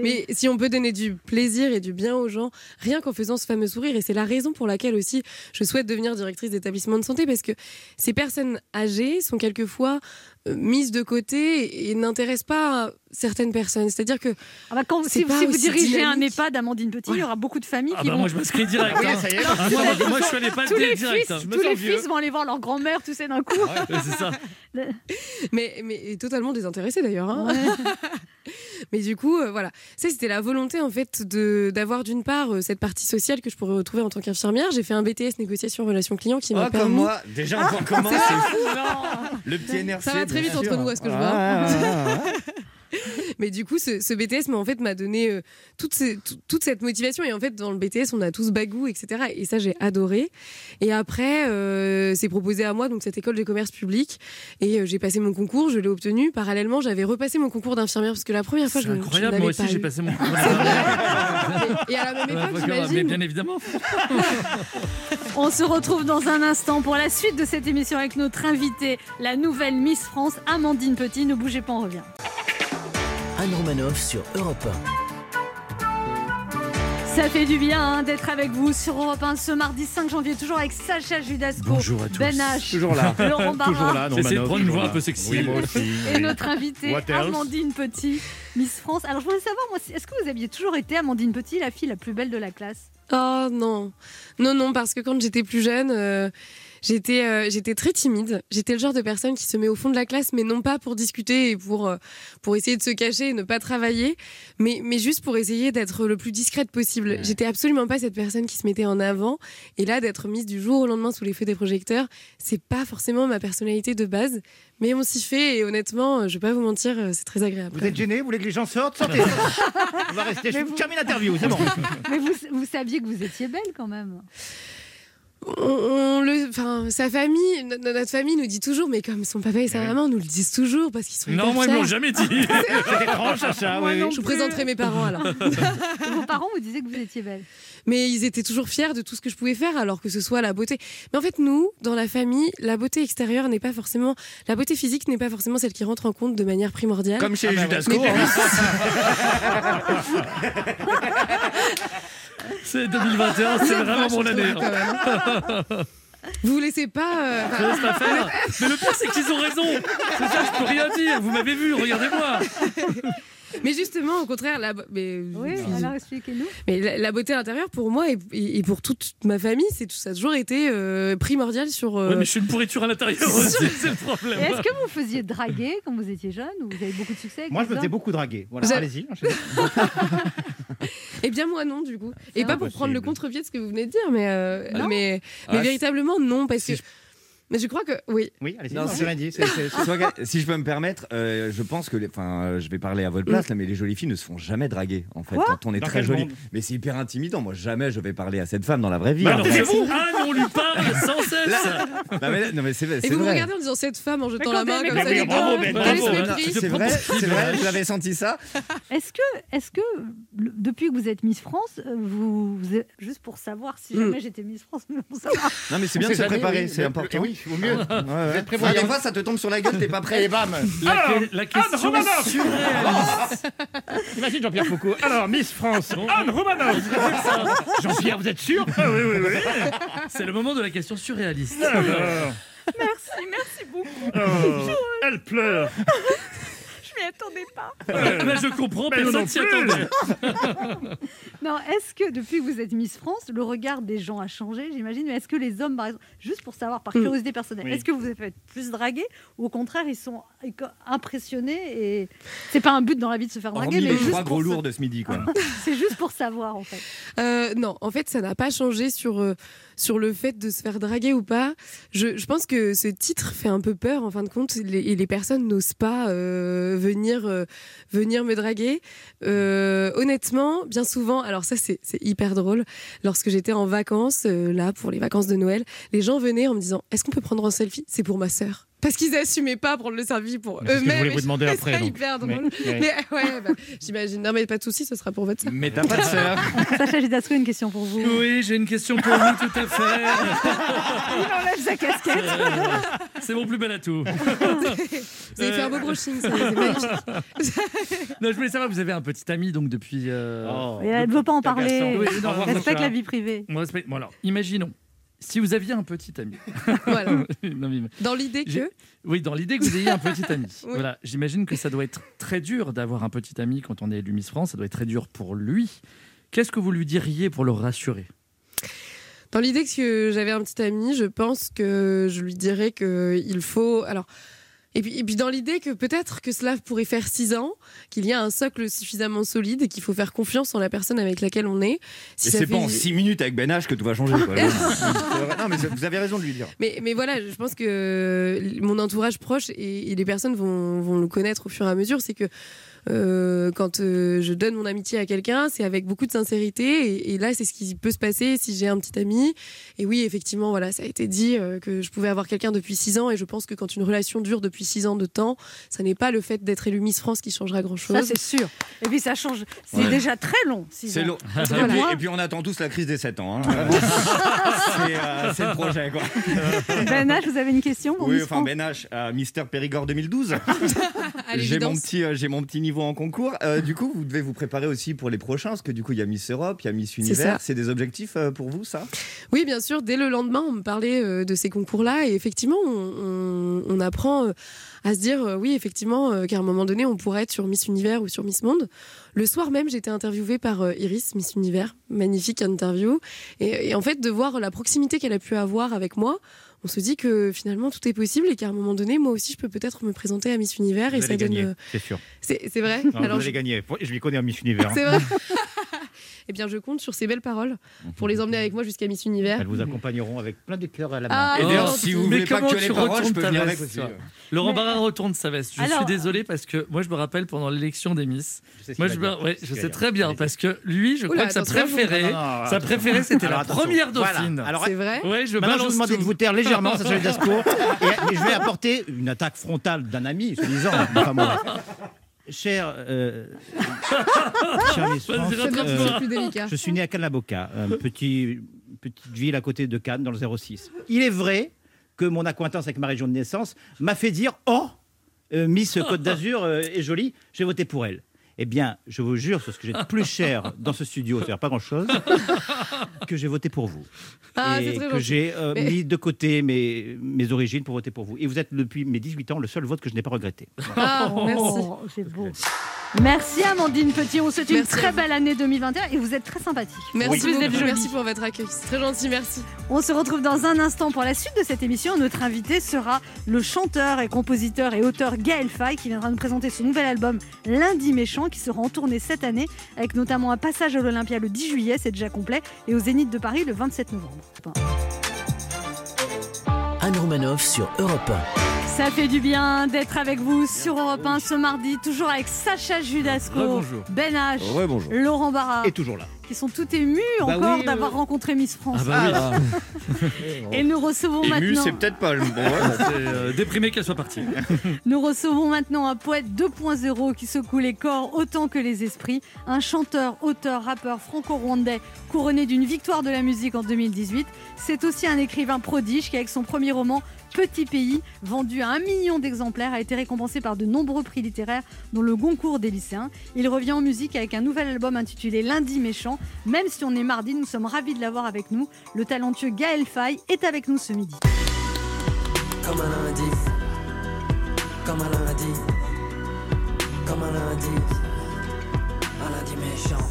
Mais si on peut donner du plaisir et du bien aux gens, rien qu'en faisant ce fameux sourire, et c'est la raison pour laquelle aussi je souhaite devenir directrice d'établissement de santé, parce que ces personnes âgées sont quelquefois euh, mises de côté et n'intéressent pas certaines personnes. C'est-à-dire que Ah bah quand, c'est si, pas si vous aussi dirigez un dynamique. EHPAD, Amandine Petit, il y aura beaucoup de familles Ah qui bah vont... moi je m'inscris direct. Oui, hein. ça y est. Ah, moi, moi, moi, je fais les pas tous les direct. fils, hein. tous les fils vont aller voir leur grand-mère, tu sais, d'un coup. Ouais, c'est ça. mais, mais totalement désintéressé d'ailleurs. hein. mais du coup, euh, voilà. Ça, c'était la volonté en fait de d'avoir d'une part euh, cette partie sociale que je pourrais retrouver en tant qu'infirmière. J'ai fait un BTS négociation relations clients qui m'a Ah, comme permis. moi, déjà on peut commencer. Le petit NRC. Ça va très bien vite entre sûr. nous, à ce que je Ah, vois. ah, ah, ah. Mais du coup, ce, ce BTS m'a en fait m'a donné euh, toute, ces- tout- toute cette motivation. Et en fait, dans le BTS, on a tous bagou, etc. Et ça, j'ai adoré. Et après, euh, c'est proposé à moi donc cette école de commerce public. Et euh, j'ai passé mon concours, je l'ai obtenu. Parallèlement, j'avais repassé mon concours d'infirmière parce que la première fois, C'est je ne- je incroyable, ne l'avais moi aussi pas j'ai eu. passé mon cours. Et à la même époque, Mais j'imagine. bien évidemment. On se retrouve dans un instant pour la suite de cette émission avec notre invitée, la nouvelle Miss France, Amandine Petit. Ne bougez pas, on revient. ah. Anne Romanoff sur Europe Ça fait du bien hein, d'être avec vous sur Europe 1 ce mardi 5 janvier, toujours avec Sacha Judasco, Bonjour à tous. Ben H, Toujours là. Laurent Barra Toujours là, non, J'essaie de Manon, prendre une toujours voix un là. peu sexy. Oui, moi aussi, et oui. notre invitée What else Amandine Petit, Miss France. Alors je voulais savoir, moi, est-ce que vous aviez toujours été Amandine Petit, la fille la plus belle de la classe Oh non, non, non, parce que quand j'étais plus jeune, euh, j'étais, euh, j'étais très timide. J'étais le genre de personne qui se met au fond de la classe, mais non pas pour discuter et pour, euh, pour essayer de se cacher et ne pas travailler, mais, mais juste pour essayer d'être le plus discrète possible. J'étais absolument pas cette personne qui se mettait en avant. Et là, d'être mise du jour au lendemain sous les feux des projecteurs, c'est pas forcément ma personnalité de base, mais on s'y fait. Et honnêtement, euh, je vais pas vous mentir, euh, c'est très agréable. Vous êtes gêné Vous voulez que les gens sortent Sortez On va rester. Je termine l'interview, c'est bon. Mais vous, vous saviez que vous étiez belle quand même. on, on le, enfin, sa famille, no- no- notre famille nous dit toujours, mais comme son papa et sa maman nous le disent toujours parce qu'ils sont Non, hyper moi ils fiers. m'ont jamais dit. C'est étrange, Sacha. Moi oui, non oui. Je vous plus. présenterai mes parents alors. Vos parents vous disaient que vous étiez belle. Mais ils étaient toujours fiers de tout ce que je pouvais faire, alors que ce soit la beauté. Mais en fait, nous, dans la famille, la beauté extérieure n'est pas forcément, la beauté physique n'est pas forcément celle qui rentre en compte de manière primordiale. Comme chez Ah bah Judasco. ouais. hein. C'est 2021, c'est vraiment mon année. hein. Vous vous laissez pas. euh, Je hein. laisse pas faire. Mais le pire, c'est qu'ils ont raison. C'est ça, je peux rien dire. Vous m'avez vu, regardez-moi. mais justement, au contraire, la, mais, Oui, alors expliquez-nous. Mais la, la beauté intérieure, pour moi et, et- et pour toute ma famille, c'est tout ça a toujours été euh, primordial sur. euh, Ouais, mais je suis une pourriture à l'intérieur aussi, c'est le Et problème. est-ce que vous faisiez draguer quand vous étiez jeune ou vous avez beaucoup de succès avec Moi, les je me faisais hommes beaucoup draguer. Voilà, Vous avez- allez-y. enchaînez. Eh bien moi non du coup. Et C'est pas pour prendre le contre-pied de ce que vous venez de dire, mais euh, Ah non mais, Ah, mais si- véritablement non parce si que. je- Mais je crois que oui. Oui, allez-y. Non, Non, c'est- j'ai rien dit. c'est- c'est- Soit, gars, si je peux me permettre, euh, je pense que, les- enfin, euh, je vais parler à votre place, là, mais les jolies filles ne se font jamais draguer, en fait, quand on est Dans très quel jolie. monde Mais c'est hyper intimidant. Moi, jamais je vais parler à cette femme dans la vraie vie. Bah en alors, fait. c'est vous, Anne, on lui parle sans cesse. Non, mais, non, mais c'est Et c'est vous me vrai. regardez en disant cette femme en jetant Mais la quand main elle- comme mais ça. quand elle- les gars, bravo, Ben, vous Oh allez se bravo. mépriser. Je C'est prends vrai, pour cible. c'est vrai, j'avais senti ça. Est-ce que, est-ce que le- depuis que vous êtes Miss France, euh, vous, vous êtes- juste pour savoir si Mm. jamais j'étais Miss France, mais bon, ça va. Non, mais c'est bien de se jamais, préparer, oui, c'est le- important. le- Oui, au mieux. Ouais, ouais. Vous êtes Ah, prévoyant. des fois, ça te tombe sur la gueule, t'es pas prêt. Et bam La, que- la question ben, Romanoff surréaliste. Imagine Jean-Pierre Foucault. Alors, Miss France, Anne Romanoff Jean-Pierre, vous êtes sûr Ah oui, oui, oui. C'est le moment de la question surréaliste. Ah Oh. merci, merci beaucoup. elle pleure. Je m'y attendais attendais pas. Là, je comprends, Mais personne non s'y plus. attendait. Non, est-ce que depuis que vous êtes Miss France, le regard des gens a changé, j'imagine Mais est-ce que les hommes, par exemple, juste pour savoir, par Mm. curiosité personnelle, Oui. est-ce que vous êtes fait plus draguer ou au contraire, ils sont impressionnés et c'est pas un but dans la vie de se faire draguer, Hormis mais les juste trois pour gros lourds de ce midi, quoi. C'est juste pour savoir en fait. Euh, non, en fait, ça n'a pas changé sur, euh, sur le fait de se faire draguer ou pas. Je, je pense que ce titre fait un peu peur, en fin de compte, les- et les personnes n'osent pas euh, venir, euh, venir me draguer. Euh, honnêtement, bien souvent, alors ça, c'est c'est hyper drôle. Lorsque j'étais en vacances, euh, là, pour les vacances de Noël, les gens venaient en me disant Est-ce qu'on peut prendre un selfie C'est pour ma sœur. Parce qu'ils assumaient pas prendre le selfie pour Mais c'est ce que je eux-mêmes. voulais et vous demander trouvais ça après, donc. hyper drôle. Mais- Mais, ouais, bah, j'imagine. Non, mais pas de souci, ce sera pour votre sœur. Mais t'as pas de sœur. Sacha Gitasco, une question pour vous. Oui, j'ai une question pour vous, tout à fait. Il enlève sa casquette. C'est mon plus bel atout. Vous avez fait un beau brushing, ça, c'est magnifique. Euh, Non, je voulais savoir, vous avez un petit ami donc depuis. euh, Et elle ne veut pas en parler. Oui, non, au revoir, Respecte Sacha. la vie privée. On respecte- Bon, alors, imaginons, si vous aviez un petit ami. Voilà. Non, mais- Dans l'idée J'ai- que. Oui, dans l'idée que vous ayez un petit ami. Oui. Voilà, j'imagine que ça doit être très dur d'avoir un petit ami quand on est élu Miss France. Ça doit être très dur pour lui. Qu'est-ce que vous lui diriez pour le rassurer Dans l'idée que j'avais un petit ami, je pense que je lui dirais que il faut. Alors. Et puis, et puis dans l'idée que peut-être que cela pourrait faire six ans, qu'il y a un socle suffisamment solide et qu'il faut faire confiance en la personne avec laquelle on est. Si Et ça c'est pas fait- en 6 minutes avec Ben H que tout va changer. quoi. C'est vrai. non, mais c'est- vous avez raison de lui dire. Mais, mais voilà, je pense que euh, mon entourage proche et, et les personnes vont, vont le connaître au fur et à mesure. C'est que euh, quand euh, je donne mon amitié à quelqu'un, c'est avec beaucoup de sincérité. Et, et là, c'est ce qui peut se passer si j'ai un petit ami. Et oui, effectivement, voilà, ça a été dit euh, que je pouvais avoir quelqu'un depuis six ans. Et je pense que quand une relation dure depuis six ans de temps, ça n'est pas le fait d'être élu Miss France qui changera grand-chose. Ça, c'est sûr. Et puis ça change. C'est Ouais. déjà très long. six C'est ans. long. Et Voilà. puis, et puis on attend tous la crise des 7 ans. hein. c'est euh, c'est le projet, quoi. Ben H, vous avez une question pour Oui, Miss enfin France Ben H, euh, Mister Périgord 2012. À J'ai mon l'évidence. petit, euh, j'ai mon petit niveau en concours. Euh, du coup, vous devez vous préparer aussi pour les prochains, parce que du coup, il y a Miss Europe, il y a Miss ça. Univers. C'est des objectifs euh, pour vous, ça Oui, bien sûr. Dès le lendemain, on me parlait euh, de ces concours-là. Et effectivement, on, on- on apprend euh, à se dire, euh, oui, effectivement, euh, qu'à un moment donné, on pourrait être sur Miss Univers ou sur Miss Monde. Le soir même, j'étais interviewée par euh, Iris, Miss Univers. Magnifique interview. Et, et en fait, de voir la proximité qu'elle a pu avoir avec moi, on se dit que finalement, tout est possible et qu'à un moment donné, moi aussi, je peux peut-être me présenter à Miss Univers. et Vous ça allez donne. gagner, euh, c'est sûr. C'est c'est vrai. Non, vous Alors, allez gagner. Je lui connais un Miss Univers. hein. c'est vrai. Eh bien, je compte sur ces belles paroles pour les emmener avec moi jusqu'à Miss Univers. Elles vous accompagneront avec plein de cœurs à la main. Ah, Et d'ailleurs, Oh, si vous mais voulez pas comment que les tu paroles, retournes je peux ta venir veste, avec aussi, toi ouais. Laurent Barra retourne sa veste. Je Alors- suis désolé parce que moi, je me rappelle pendant l'élection des Miss. sais ce moi, je, qu'il va me- dire, ouais, je ce qu'il va sais dire. très bien parce que lui, je Oula, crois que sa attention, je- préférée, Non, non, non, sa attention. préférée, c'était Alors, la attention. première Voilà. dauphine. Alors, C'est vrai. Ouais, je Maintenant, je vous balance demande de tout. vous taire légèrement, Sacha Dasco, et, et je vais apporter une attaque frontale d'un ami, soi-disant. Enfin, bon, bref. Cher, euh, cher Miss France, Vas-y, rattrape-toi. euh, Ah, C'est plus délicat. je suis né à Calaboca, une petite ville à côté de Cannes, dans le 06. Il est vrai que mon acquaintance avec ma région de naissance m'a fait dire Oh, euh, Miss Côte d'Azur euh, est jolie, je vais voter pour elle. Eh bien, je vous jure, sur ce que j'ai de plus cher dans ce studio, c'est-à-dire pas grand-chose, que j'ai voté pour vous. Ah, c'est et très que gentil. j'ai euh, Mais- mis de côté mes, mes origines pour voter pour vous. Et vous êtes, depuis mes 18 ans, le seul vote que je n'ai pas regretté. Ah, merci. Oh, c'est beau. Merci Amandine Petit, on vous souhaite une Merci à très vous. belle année 2021 et vous êtes très sympathique. Merci, Vous êtes beaucoup, jolie. merci pour votre accueil. C'est très gentil, merci. On se retrouve dans un instant pour la suite de cette émission. Notre invité sera le chanteur et compositeur et auteur Gaël Faye qui viendra nous présenter son nouvel album Lundi Méchant qui sera en tournée cette année avec notamment un passage à l'Olympia le 10 juillet, c'est déjà complet, et au Zénith de Paris le 27 novembre. Anne Romanoff sur Europe Ça fait du bien d'être avec vous sur Europe 1 ce mardi, toujours avec Sacha Judasco, Rebonjour. Ben H, Rebonjour. Laurent Barra, Ah. Et toujours là. qui sont tout émus Bah encore oui, Ah. euh. d'avoir rencontré Miss France. Ah bah oui. Et nous recevons Ému, maintenant. c'est peut-être pas le bon. ouais. C'est, euh, déprimé qu'elle soit partie. Nous recevons maintenant un poète 2.0 qui secoue les corps autant que les esprits, un chanteur, auteur, rappeur franco-rwandais couronné d'une victoire de la musique en 2018. C'est aussi un écrivain prodige qui, avec son premier roman Petit Pays, vendu à un million d'exemplaires, a été récompensé par de nombreux prix littéraires, dont le Goncourt des lycéens. Il revient en musique avec un nouvel album intitulé Lundi méchant. Même si on est mardi, nous sommes ravis de l'avoir avec nous. Le talentueux Gaël Faye est avec nous ce midi. Comme un lundi, comme un lundi, Comme un lundi, un lundi méchant.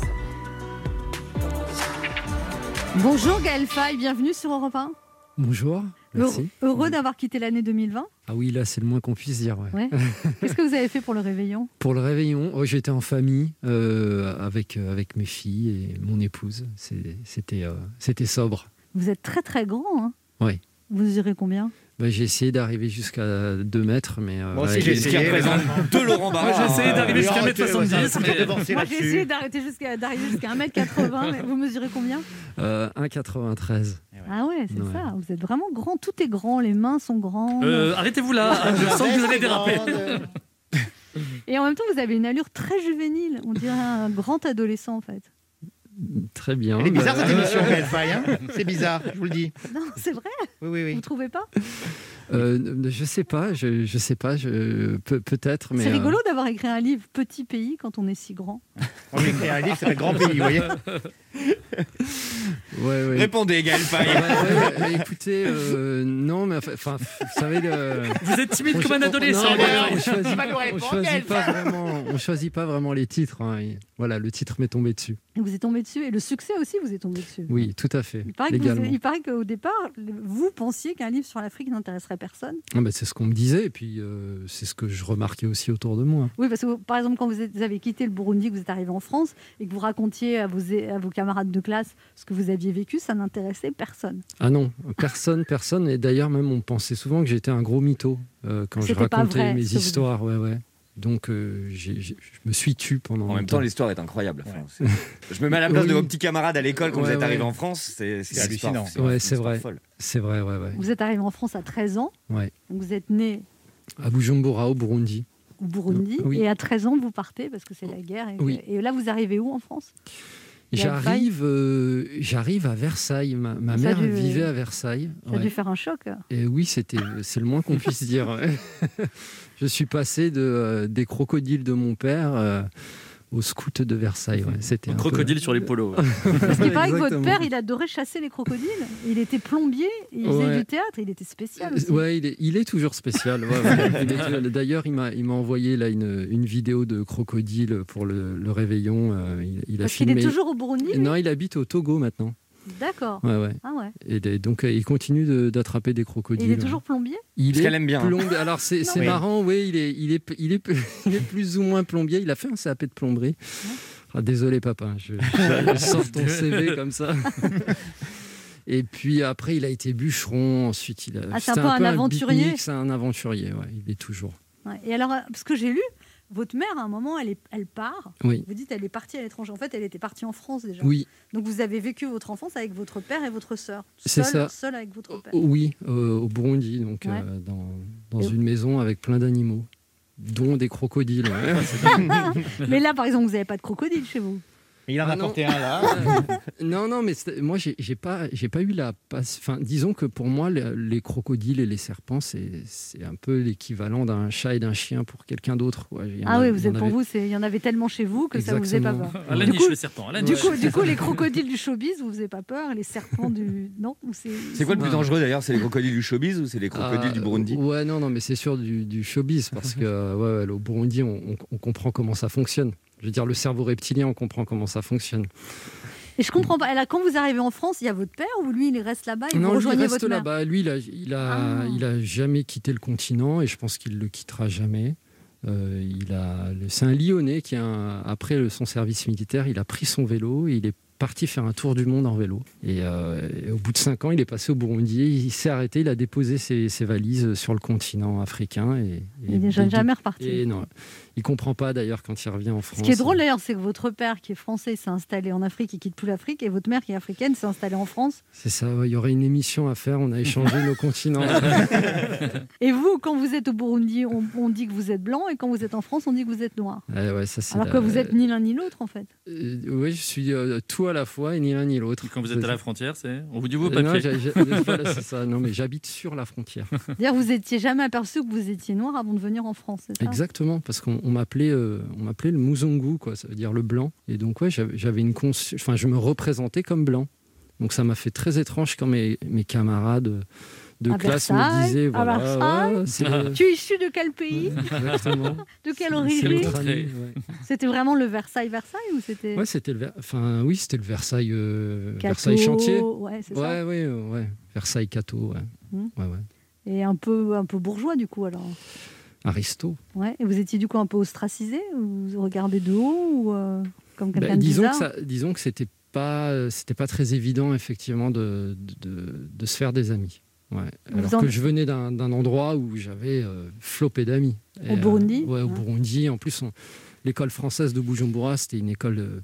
Bonjour Gaël Faye, bienvenue sur Europe 1. Bonjour. Heureux, Merci. heureux d'avoir quitté l'année 2020. Ah oui, là, c'est le moins qu'on puisse dire. ouais. Ouais. Qu'est-ce que vous avez fait pour le réveillon Pour le réveillon, oh, j'étais en famille euh, avec, euh, avec mes filles et mon épouse. C'est- C'était euh, c'était sobre. Vous êtes très très grand. hein. Ouais. Vous irez combien Bah, j'ai essayé d'arriver jusqu'à 2 mètres, mais. euh, Moi aussi, avec j'ai les- essayé, Ce qui représente deux Laurent Barra. Moi, j'ai essayé d'arriver jusqu'à arrêtez, 1m70, ouais, ça va, mais- j'ai devancé Moi j'ai là-dessus. essayé d'arrêter jusqu'à d'arriver jusqu'à 1m80, mais vous mesurez combien Euh, 1,93. Ah ouais, c'est Ouais. ça. Vous êtes vraiment grand, tout est grand, les mains sont grandes. Euh, Arrêtez-vous Ah, là, je sens que vous allez déraper. Et en même temps, vous avez une allure très juvénile. On dirait un grand adolescent en fait. Très bien. Elle est bizarre Bah, cette émission, euh, Gaël Faye, hein C'est bizarre, je vous le dis. Non, c'est vrai Oui, oui, oui. Vous trouvez pas euh, je sais pas, je, je sais pas, je, peut- peut-être, mais. C'est euh, rigolo d'avoir écrit un livre Petit pays quand on est si grand. On a écrit un livre, ça s'appelle Grand Pays, vous voyez Ouais, ouais. Répondez, Gaël Faye. Ouais, ouais, ouais, écoutez, euh, non, mais enfin, enfin, vous savez. le- Vous êtes timide On comme cho- un on- adolescent, non, Gaël. on choisit- Il va nous on répondre, Gaël. choisit pas vraiment- on choisit pas vraiment les titres. hein, et Voilà, le titre m'est tombé dessus. Et vous êtes tombé dessus. Et le succès aussi, vous êtes tombé dessus. Oui, tout à fait. Il paraît, que vous- légalement. il paraît qu'au départ, vous pensiez qu'un livre sur l'Afrique n'intéresserait personne. Ah bah, c'est ce qu'on me disait, et puis euh, c'est ce que je remarquais aussi autour de moi. Oui, parce que par exemple, quand vous, êtes- vous avez quitté le Burundi, que vous êtes arrivé en France et que vous racontiez à vos, é- à vos camarades de classe ce que vous aviez vécu, ça n'intéressait personne. Ah non, personne, personne. Et d'ailleurs, même, on pensait souvent que j'étais un gros mytho euh, quand je C'était pas racontais vrai, mes ce que vous histoires. Ouais, ouais. Donc, euh, j'ai- j'ai- je me suis tu pendant. En même temps, l'histoire est incroyable. Enfin, c'est- Je me mets à la place de vos petits camarades à l'école quand vous Ouais, êtes arrivés ouais. en France. C'est c'est l'histoire. Ouais, une c'est histoire vrai. folle. C'est vrai, ouais, ouais. Vous êtes arrivé en France à 13 ans, ouais. donc vous êtes né À Bujumbura, au Burundi. au Burundi Oui. et à 13 ans, vous partez parce que c'est la guerre. Et, que- Oui. et là, vous arrivez où en France J'arrive, euh, j'arrive à Versailles. Ma, ma Ça a mère dû- vivait à Versailles. Ça a ouais. dû faire un choc. Et oui, c'était, euh, c'est le moins qu'on puisse dire. ouais. Je suis passé de, euh, des crocodiles de mon père euh, aux scouts de Versailles. ouais. C'était un peu- Crocodile sur les polos. Parce qu'il paraît que votre Exactement. père, il adorait chasser les crocodiles. Il était plombier, il faisait Ouais. Euh, du théâtre, il était spécial. aussi. Ouais, il est, il est toujours spécial. ouais, ouais. Il est toujours- D'ailleurs, il m'a, il m'a envoyé là une, une vidéo de crocodile pour le, le réveillon. euh, il, il a Parce qu'il filmé. est toujours au Burundi. lui Non, il habite au Togo maintenant. D'accord. Ouais, ouais. Ah ouais. Et des- donc, euh, il continue de- d'attraper des Et crocodiles. il est toujours plombier Il Parce est qu'elle aime bien. plombier. Alors c'est Non. c'est Oui. marrant, oui, il est, il, est, il, est, il est plus ou moins plombier. Il a fait un CAP de plomberie. Ah, désolé papa, je, je- je sors ton CV comme ça. Et puis après, il a été bûcheron. Ensuite, il a. Ah, c'est un peu c'était un aventurier. beatnik, C'est un aventurier, ouais, il est toujours. Ouais. Et alors, euh, parce que j'ai lu, votre mère, à un moment, elle, est, elle part. Oui. Vous dites, elle est partie à l'étranger. En fait, elle était partie en France déjà. Oui. Donc, vous avez vécu votre enfance avec votre père et votre sœur. C'est Seul- ça. Seul avec votre père. Oui, euh, au Burundi, donc Ouais. euh, dans, dans Et- une maison avec plein d'animaux, dont des crocodiles. ouais. Mais là, par exemple, vous n'avez pas de crocodile chez vous. Il en a Ah non. porté un là. non, non, mais c'est- moi, j'ai j'ai pas, j'ai pas eu la passe. Enfin, disons que pour moi, le- les crocodiles et les serpents, c'est c'est un peu l'équivalent d'un chat et d'un chien pour quelqu'un d'autre. quoi. Il y en Ah a- oui, il vous y en êtes pour avait- vous, c'est- il y en avait tellement chez vous que ça vous faisait pas peur. Exactement. À Ah, la Du niche, coup- le serpent. à la Du niche. coup, du coup, les crocodiles du showbiz, vous faisiez pas peur. Les serpents du. Non ou C'est quoi le plus dangereux d'ailleurs C'est les crocodiles du showbiz ou c'est les crocodiles Ah, du Burundi Ouais, non, non, mais c'est sûr du, du showbiz parce que euh, ouais, ouais, au Burundi, on, on- on comprend comment ça fonctionne. Je veux dire, le cerveau reptilien, on comprend comment ça fonctionne. Et je comprends pas. Alors, quand vous arrivez en France, il y a votre père ou lui, il reste là-bas Ah, et non, vous lui, rejoignez il reste votre mère là-bas. Lui, il a, il, a, Ah. il a jamais quitté le continent et je pense qu'il le quittera jamais. Euh, il a, le- c'est un Lyonnais qui, a un- après le- son service militaire, il a pris son vélo et il est parti faire un tour du monde en vélo. Et, euh, et au bout de cinq ans, il est passé au Burundi. Il s'est arrêté, il a déposé ses, ses valises sur le continent africain. Et, Il n'est et- jamais reparti. Et non, il comprend pas d'ailleurs quand il revient en France. Ce qui est drôle d'ailleurs, c'est que votre père qui est français s'est installé en Afrique et quitte plus l'Afrique, et votre mère qui est africaine s'est installée en France. C'est ça, ouais, il y aurait une émission à faire. On a échangé nos continents. Et vous, quand vous êtes au Burundi, on, on dit que vous êtes blanc, et quand vous êtes en France, on dit que vous êtes noir. Ouais, Eh ouais, ça, c'est Alors que la- vous êtes ni l'un ni l'autre en fait. Euh, oui, je suis euh, tout à la fois et ni l'un ni l'autre. Quand vous êtes à la frontière, c'est on vous dit vos Euh, non, papiers. j'ai- j'ai- voilà, c'est ça. Non, mais j'habite sur la frontière. D'ailleurs, vous n'étiez jamais aperçu que vous étiez noir avant de venir en France, c'est ça Exactement, parce qu'on on m'appelait, euh, on m'appelait le Muzungu, quoi. Ça veut dire le blanc. Et donc ouais, j'avais j'avais une consci- enfin, je me représentais comme blanc. Donc ça m'a fait très étrange quand mes, mes camarades de À classe me Versailles, disait à voilà, Versailles. ouais, c'est Ah. le- Tu es issu de quel pays Exactement. De quelle c'est le origine contraire, ouais. C'était vraiment le Versailles-Versailles ou c'était Ouais, c'était le Ver- enfin oui, c'était le Versailles euh, Cato, Versailles chantier. ouais, c'est ça. ouais, ouais, ouais. Versailles Cato, ouais. Hmm. Ouais, ouais. Et un peu, un peu bourgeois du coup alors Aristo. Ouais. Et vous étiez du coup un peu ostracisé Vous vous regardez de haut ou euh, comme quelqu'un Bah, de disons que bizarre ça- disons que c'était pas euh, c'était pas très évident effectivement de, de- de- de se faire des amis. Ouais. Vous Alors en- que je venais d'un d'un endroit où j'avais euh, flopé d'amis. Au Et, euh, Burundi Ouais, au Ouais. Burundi. En plus, on- l'école française de Bujumbura, c'était une école euh,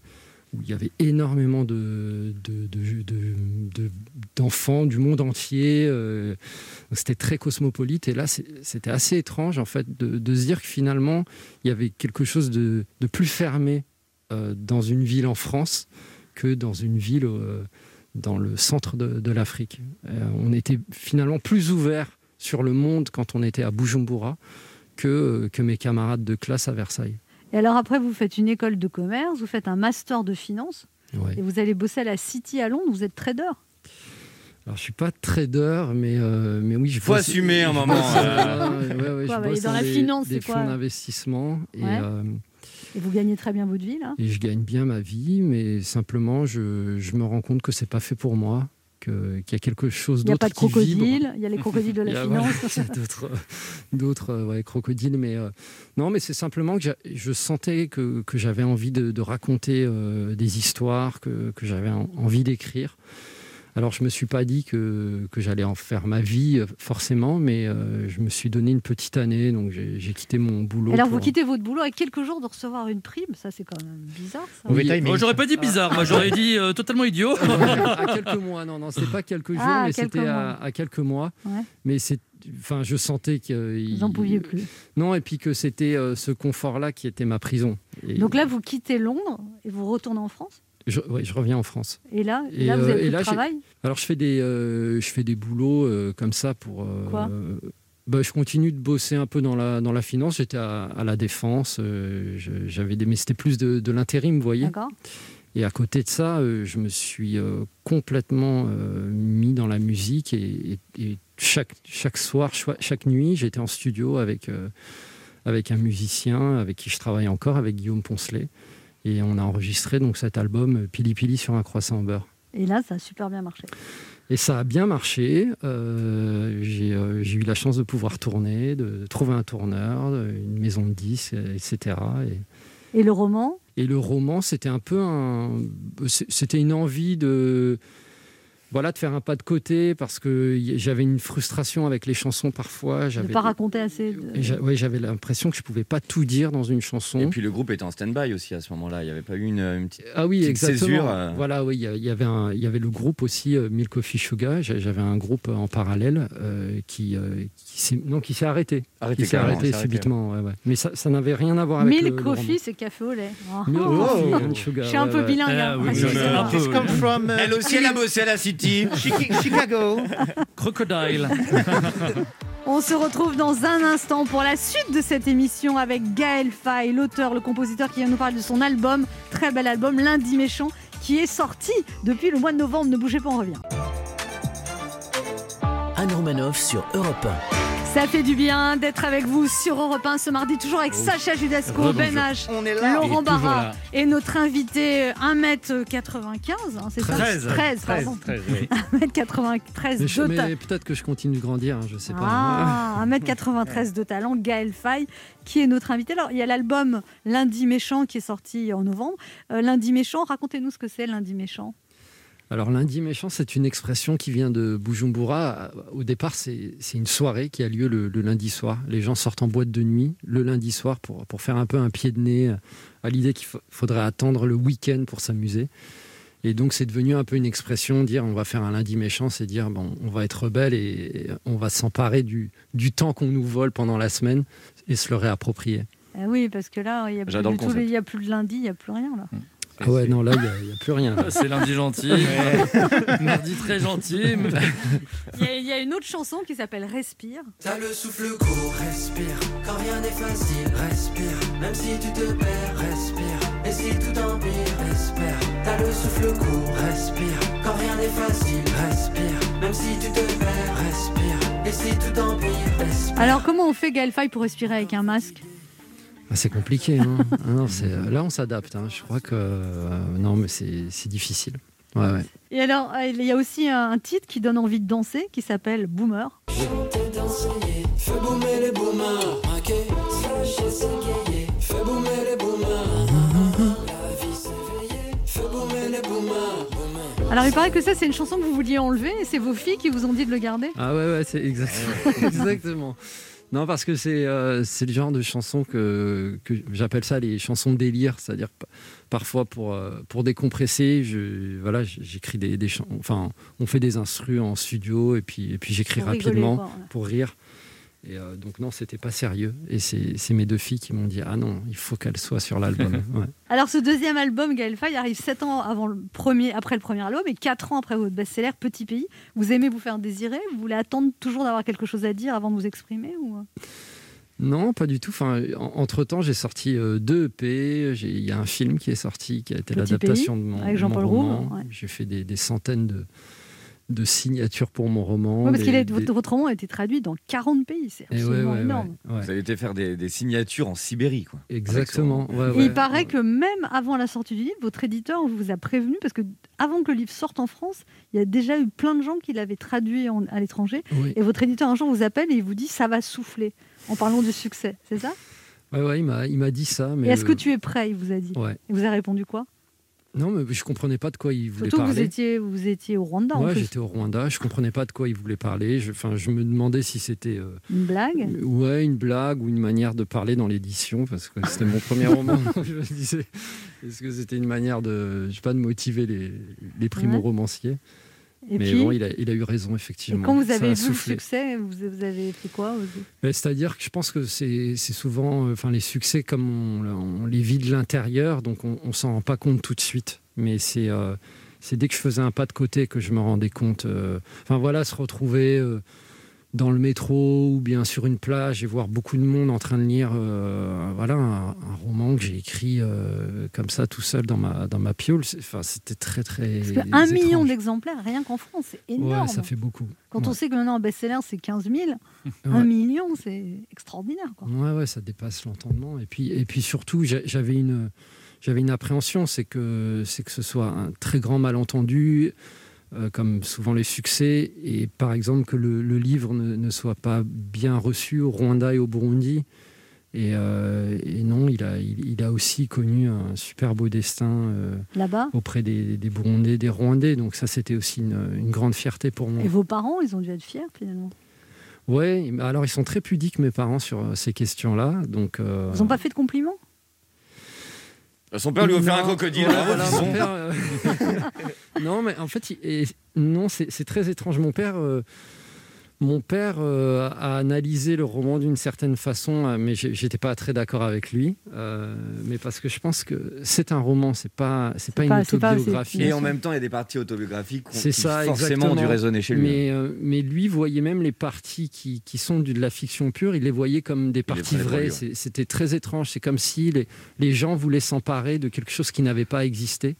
où il y avait énormément de, de- de- de- de- d'enfants du monde entier. euh, donc c'était très cosmopolite. Et là, c'est- c'était assez étrange, en fait, de, de se dire que finalement, il y avait quelque chose de, de plus fermé euh, dans une ville en France que dans une ville euh, dans le centre de, de l'Afrique. Euh, on était finalement plus ouvert sur le monde quand on était à Bujumbura que, que mes camarades de classe à Versailles. Et alors après, vous faites une école de commerce, vous faites un master de finance Ouais. et vous allez bosser à la City à Londres. Vous êtes trader. Alors, je suis pas trader, mais, euh, mais oui, je Faut bosse- assumer un je moment, bosse- euh. ouais, ouais, ouais, Quoi, je bah, bosse dans la des- finance, des c'est quoi fonds d'investissement et, Ouais. euh, Et vous gagnez très bien votre hein. vie là. et je gagne bien ma vie, mais simplement, je, je me rends compte que c'est pas fait pour moi, que- qu'il y a quelque chose Il n'y a d'autre pas de qui vibre. crocodile, il y a les crocodiles de la Il y a, finance. voilà, il y a d'autres, d'autres euh, ouais, crocodiles, mais euh, non, mais c'est simplement que j'a- je sentais que, que j'avais envie de, de raconter euh, des histoires, que, que j'avais en- envie d'écrire. Alors je me suis pas dit que, que j'allais en faire ma vie euh, forcément, mais euh, je me suis donné une petite année, donc j'ai, j'ai quitté mon boulot. Et alors pour- vous quittez votre boulot avec quelques jours de recevoir une prime, ça c'est quand même bizarre. Ça. Oui, Oh, j'aurais pas dit bizarre, moi j'aurais dit euh, totalement idiot. à quelques mois, non, non, c'était pas quelques jours, Ah, à mais quelques c'était à, mois. à quelques mois. Ouais. Mais c'est, enfin, je sentais que Vous en pouviez plus. Non, et puis que c'était euh, ce confort-là qui était ma prison. Et Donc là, vous quittez Londres et vous retournez en France. je, ouais, je reviens en France. Et là, et là, vous euh, avez et plus là, de j'ai- travail. Alors je fais des, euh, je fais des boulots euh, comme ça pour. euh, Quoi bah, je continue de bosser un peu dans la, dans la finance. J'étais à, à la défense. euh, je- j'avais des, mais c'était plus de, de l'intérim, vous voyez. D'accord. Et à côté de ça, euh, je me suis euh, complètement euh, mis dans la musique et, et- et chaque, chaque soir, choi- chaque nuit, j'étais en studio avec, euh, avec un musicien avec qui je travaille encore, avec Guillaume Poncelet. Et on a enregistré donc cet album euh, Pili Pili sur un croissant au beurre. Et là, ça a super bien marché. Et ça a bien marché. Euh, j'ai, euh, j'ai eu la chance de pouvoir tourner, de trouver un tourneur, de- une maison de 10, etc. Et, Et le roman, et le roman, c'était un peu un. c'est- C'était une envie de. Voilà, de faire un pas de côté parce que y- j'avais une frustration avec les chansons parfois. ne J'avais, pas raconter assez. de- et j'a- ouais, j'avais l'impression que je pouvais pas tout dire dans une chanson. Et puis le groupe était en stand-by aussi à ce moment-là. Il n'y avait pas eu une, une petite, Ah oui, petite exactement. césure. euh. Voilà, oui, il y a- il y avait un- il y avait le groupe aussi euh, Milk Coffee Sugar. J'a- J'avais un groupe en parallèle euh, qui, euh, qui s'est non qui s'est arrêté, Arrêté qui s'est carrément, arrêté s'est arrêté, subitement. ouais, ouais. Mais ça, ça n'avait rien à voir avec le, Milk le roman. coffee, c'est café au lait. Ah, Milk ah. coffee and sugar, Je suis un ouais, peu ouais. bilingue. hein. Oh. Ah oui, Ah, je- c'est- un peu, She's come oui. from, euh, Elle aussi, elle a bossé à la City. Chi- Chicago. Crocodile. On se retrouve dans un instant pour la suite de cette émission avec Gaël Fay, l'auteur, le compositeur qui vient nous parler de son album, très bel album, Lundi Méchant, qui est sorti depuis le mois de novembre. Ne bougez pas, on revient. Anne Romanoff sur Europe Ça fait du bien d'être avec vous sur Europe 1 ce mardi, toujours Oh. avec Sacha Judasco, Rebonjour. Ben H, On est là. Il est Laurent toujours Barra là. et notre invité 1m95, hein, c'est ça 13, 13, 13, pardon. 13, oui. 1m93 Mais, de je- mais ta- peut-être que je continue de grandir, hein, je sais pas. Ah, 1m93 de talent, Gaël Faye, qui est notre invité. Alors, il y a l'album Lundi Méchant qui est sorti en novembre. Euh, Lundi Méchant, racontez-nous ce que c'est Lundi Méchant. Alors lundi méchant, c'est une expression qui vient de Bujumbura. Au départ, c'est c'est une soirée qui a lieu le, le lundi soir. Les gens sortent en boîte de nuit le lundi soir pour, pour faire un peu un pied de nez euh, à l'idée qu'il fa- faudrait attendre le week-end pour s'amuser. Et donc c'est devenu un peu une expression, dire on va faire un lundi méchant, c'est dire bon, on va être rebelle et on va s'emparer du, du temps qu'on nous vole pendant la semaine et se le réapproprier. Eh oui, parce que là, il n'y a, plus J'adore du le tout- concept. il y a plus de lundi, il n'y a plus rien. là. Ah ouais, non, là, il n'y a, plus rien. C'est lundi gentil, mardi très gentil. Il y a- il y a une autre chanson qui s'appelle Respire. T'as le souffle court, respire. Quand rien n'est facile, respire. Même si tu te perds, respire. Et si tout empire, respire. T'as le souffle court, respire. Quand rien n'est facile, respire. Même si tu te perds, respire. tout empire. Respire. Alors, comment on fait, Gaël Faye, pour respirer avec un masque Ah, c'est compliqué. hein. Ah non, c'est- là, on s'adapte. hein. Je crois que. euh, non, mais c'est c'est difficile. Ouais, ouais. Et alors, euh, il y a aussi un titre qui donne envie de danser, qui s'appelle Boomer. Fais boomer les boomers, ok Sachez s'égayer. Fais boomer les boomers. La vie s'éveiller. Fais boomer les boomers. Alors, il paraît que ça, c'est une chanson que vous vouliez enlever, et c'est vos filles qui vous ont dit de le garder. Ah ouais, ouais, c'est exactement. exactement. Non, parce que c'est euh, c'est le genre de chanson que, que j'appelle ça les chansons délire, c'est-à-dire pa- parfois pour, euh, pour décompresser, je, voilà, j- j'écris des, des chans- enfin, on fait des instrus en studio et puis, et puis j'écris Pour rigoler, rapidement quoi, ouais. pour rire. Et euh, donc non, c'était pas sérieux. Et c'est c'est mes deux filles qui m'ont dit ah non, il faut qu'elle soit sur l'album. Ouais. Alors, ce deuxième album, Gaël Faye, arrive 7 ans avant le premier, après le premier album et 4 ans après votre best-seller, Petit Pays. Vous aimez vous faire désirer Vous voulez attendre toujours d'avoir quelque chose à dire avant de vous exprimer ou... Non, pas du tout. Enfin, entre temps, j'ai sorti euh, deux EP. J'ai- Il y a un film qui est sorti, qui a été Petit l'adaptation de pays, mon, avec mon Jean-Paul roman. Rouve, ouais. J'ai fait des, des centaines de, de signatures pour mon roman. Ouais, Parce des- qu'il a, des- votre, votre roman a été traduit dans 40 pays, c'est Eh ouais, absolument ouais, ouais. énorme. Vous avez été faire des, des signatures en Sibérie, quoi. Exactement. Avec son- Ah ouais, Et il paraît que même avant la sortie du livre, votre éditeur vous a prévenu, parce que avant que le livre sorte en France, il y a déjà eu plein de gens qui l'avaient traduit en- à l'étranger. Oui. Et votre éditeur un jour vous appelle et il vous dit ça va souffler, en parlant du succès, c'est ça Ouais, ouais, il m'a, il m'a dit ça. Mais Et est-ce que euh, tu es prêt Il vous a dit. Ouais. Il vous a répondu quoi Non, mais je comprenais pas de quoi il voulait Surtout que vous parler. étiez, vous étiez au Rwanda en Ouais, plus. j'étais au Rwanda. Je comprenais pas de quoi il voulait parler. Je, enfin, je me demandais si c'était. euh, Une blague Ouais, une blague ou une manière de parler dans l'édition, parce que c'était mon premier roman. je me disais, est-ce que c'était une manière de, je sais pas, de motiver les, les primo-romanciers Et Mais puis bon, il a, il a eu raison, Et effectivement. quand vous Ça avez a vu soufflé. le succès, vous, vous avez fait quoi vous- Mais C'est-à-dire que je pense que c'est c'est souvent, euh, enfin, les succès, comme on, on les vit de l'intérieur, donc on, on s'en rend pas compte tout de suite. Mais c'est euh, c'est dès que je faisais un pas de côté que je me rendais compte. euh, Enfin voilà, se retrouver euh, dans le métro ou bien sur une plage et voir beaucoup de monde en train de lire, euh, voilà, un, un roman que j'ai écrit euh, comme ça tout seul dans ma dans ma pioule. C'est- Enfin, c'était très très. Parce que un million d'exemplaires, rien qu'en France, c'est énorme. Ouais, ça fait beaucoup. Quand on Ouais. sait que maintenant un best-seller c'est 15 000, un Ouais. million c'est extraordinaire. Quoi. Ouais, ouais, ça dépasse l'entendement. Et puis, et puis surtout, j'a- j'avais une, j'avais une appréhension, c'est que, c'est que ce soit un très grand malentendu, euh, comme souvent les succès, et par exemple que le, le livre ne, ne soit pas bien reçu au Rwanda et au Burundi. Et, euh, et non, il a, il, il a aussi connu un super beau destin euh, Là-bas auprès des, des Burundais, des Rwandais. Donc ça, c'était aussi une, une grande fierté pour moi. Et vos parents, ils ont dû être fiers finalement. Ouais, mais alors ils sont très pudiques mes parents sur euh, ces questions-là, donc. euh, Ils n'ont pas fait de compliments Euh, Son père lui a offert Non, un crocodile. voilà, hein, voilà, disons. mon père, euh, non, mais en fait, il- et- non, c'est c'est très étrange. Mon père, euh, mon père euh, a analysé le roman d'une certaine façon, euh, mais j'ai- j'étais pas très d'accord avec lui. euh, mais parce que je pense que c'est un roman, c'est pas, c'est pas une autobiographie. Et en même temps, il y a des parties autobiographiques qu'on- C'est qui ça, forcément ont dû exactement. résonner chez lui. hein. Mais, euh, mais lui voyait même les parties qui, qui sont du- de la fiction pure, il les voyait comme des parties prenait pour vraies. lui, ouais. C'est- C'était très étrange. C'est comme si les, les gens voulaient s'emparer de quelque chose qui n'avait pas existé.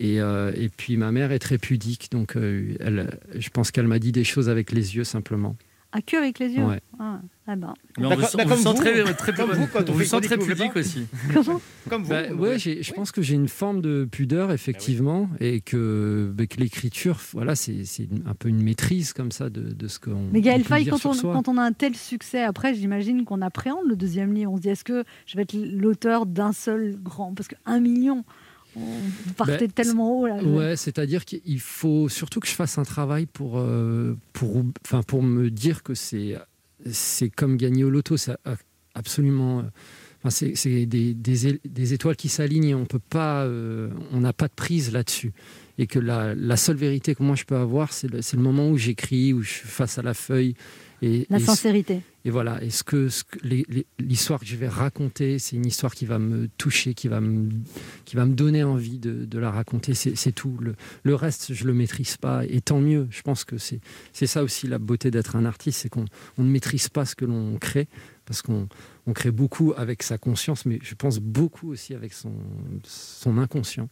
Et, euh, et puis ma mère est très pudique, donc euh, elle- je pense qu'elle m'a dit des choses avec les yeux simplement. À que avec les yeux Ouais. Ah, ah ben. Bah, Mais on vous, sent- on vous sent très, très, comme vous, quand on on vous fait sent une très chronique, pudique aussi. Comme Bah, ouais, j'ai- je pense que j'ai une forme de pudeur, effectivement, et que, bah, que l'écriture, voilà, c'est c'est un peu une maîtrise comme ça de, de ce qu'on. Mais Gaël on peut Faye, dire quand sur on, soi. quand on a un tel succès, après, j'imagine qu'on appréhende le deuxième livre. On se dit, est-ce que je vais être l'auteur d'un seul grand Parce que un million, on vous partez Ben, tellement haut. Là, Ouais, c'est-à-dire qu'il faut surtout que je fasse un travail pour, euh, pour, enfin, pour me dire que c'est, c'est comme gagner au loto. C'est a- absolument. euh, enfin, c'est c'est des, des, é- des étoiles qui s'alignent. On peut pas, euh, on n'a pas de prise là-dessus. Et que la, la seule vérité que moi je peux avoir, c'est le, c'est le moment où j'écris, où je suis face à la feuille. Et, La et ce- sincérité. et voilà, est-ce que, ce que les- les- l'histoire que je vais raconter, c'est une histoire qui va me toucher, qui va me, qui va me donner envie de, de la raconter, c'est c'est tout. Le, le reste, je ne le maîtrise pas, et tant mieux. Je pense que c'est c'est ça aussi la beauté d'être un artiste, c'est qu'on on ne maîtrise pas ce que l'on crée, parce qu'on on crée beaucoup avec sa conscience, mais je pense beaucoup aussi avec son, son inconscient.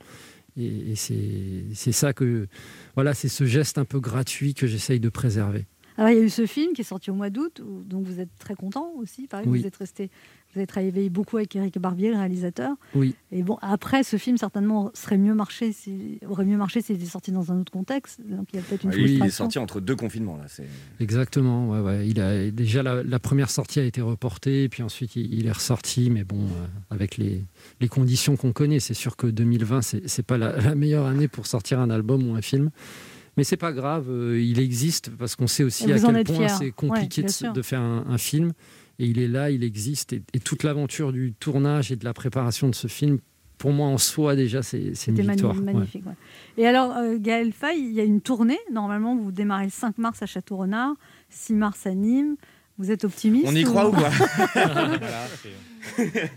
Et, et c'est c'est ça que... Voilà, c'est ce geste un peu gratuit que j'essaye de préserver. Alors il y a eu ce film qui est sorti au mois d'août, où- donc vous êtes très content aussi. Pareil, Oui. vous êtes resté, vous avez travaillé beaucoup avec Eric Barbier, le réalisateur. Oui. Et bon, après ce film certainement serait mieux marché, s'il- aurait mieux marché s'il était sorti dans un autre contexte. Donc il y a peut-être une Ah, il est frustration. sorti entre deux confinements là. c'est- Exactement, ouais, ouais. Il a, déjà la, la première sortie a été reportée, puis ensuite il, il est ressorti, mais bon, euh, avec les, les conditions qu'on connaît, c'est sûr que 2020, c'est c'est pas la, la meilleure année pour sortir un album ou un film. Mais c'est pas grave, euh, il existe, parce qu'on sait aussi Et à vous en quel êtes point fiers. c'est Ouais, compliqué bien de, sûr. se- de faire un, un film. Et il est là, il existe, et, et toute l'aventure du tournage et de la préparation de ce film, pour moi en soi déjà, c'est c'est C'était une magni- victoire. ouais. magnifique. ouais. Et alors, euh, Gaël Fay, il y a une tournée. Normalement, vous démarrez le 5 mars à Château-Renard, 6 mars à Nîmes. Vous êtes optimiste On y croit ou quoi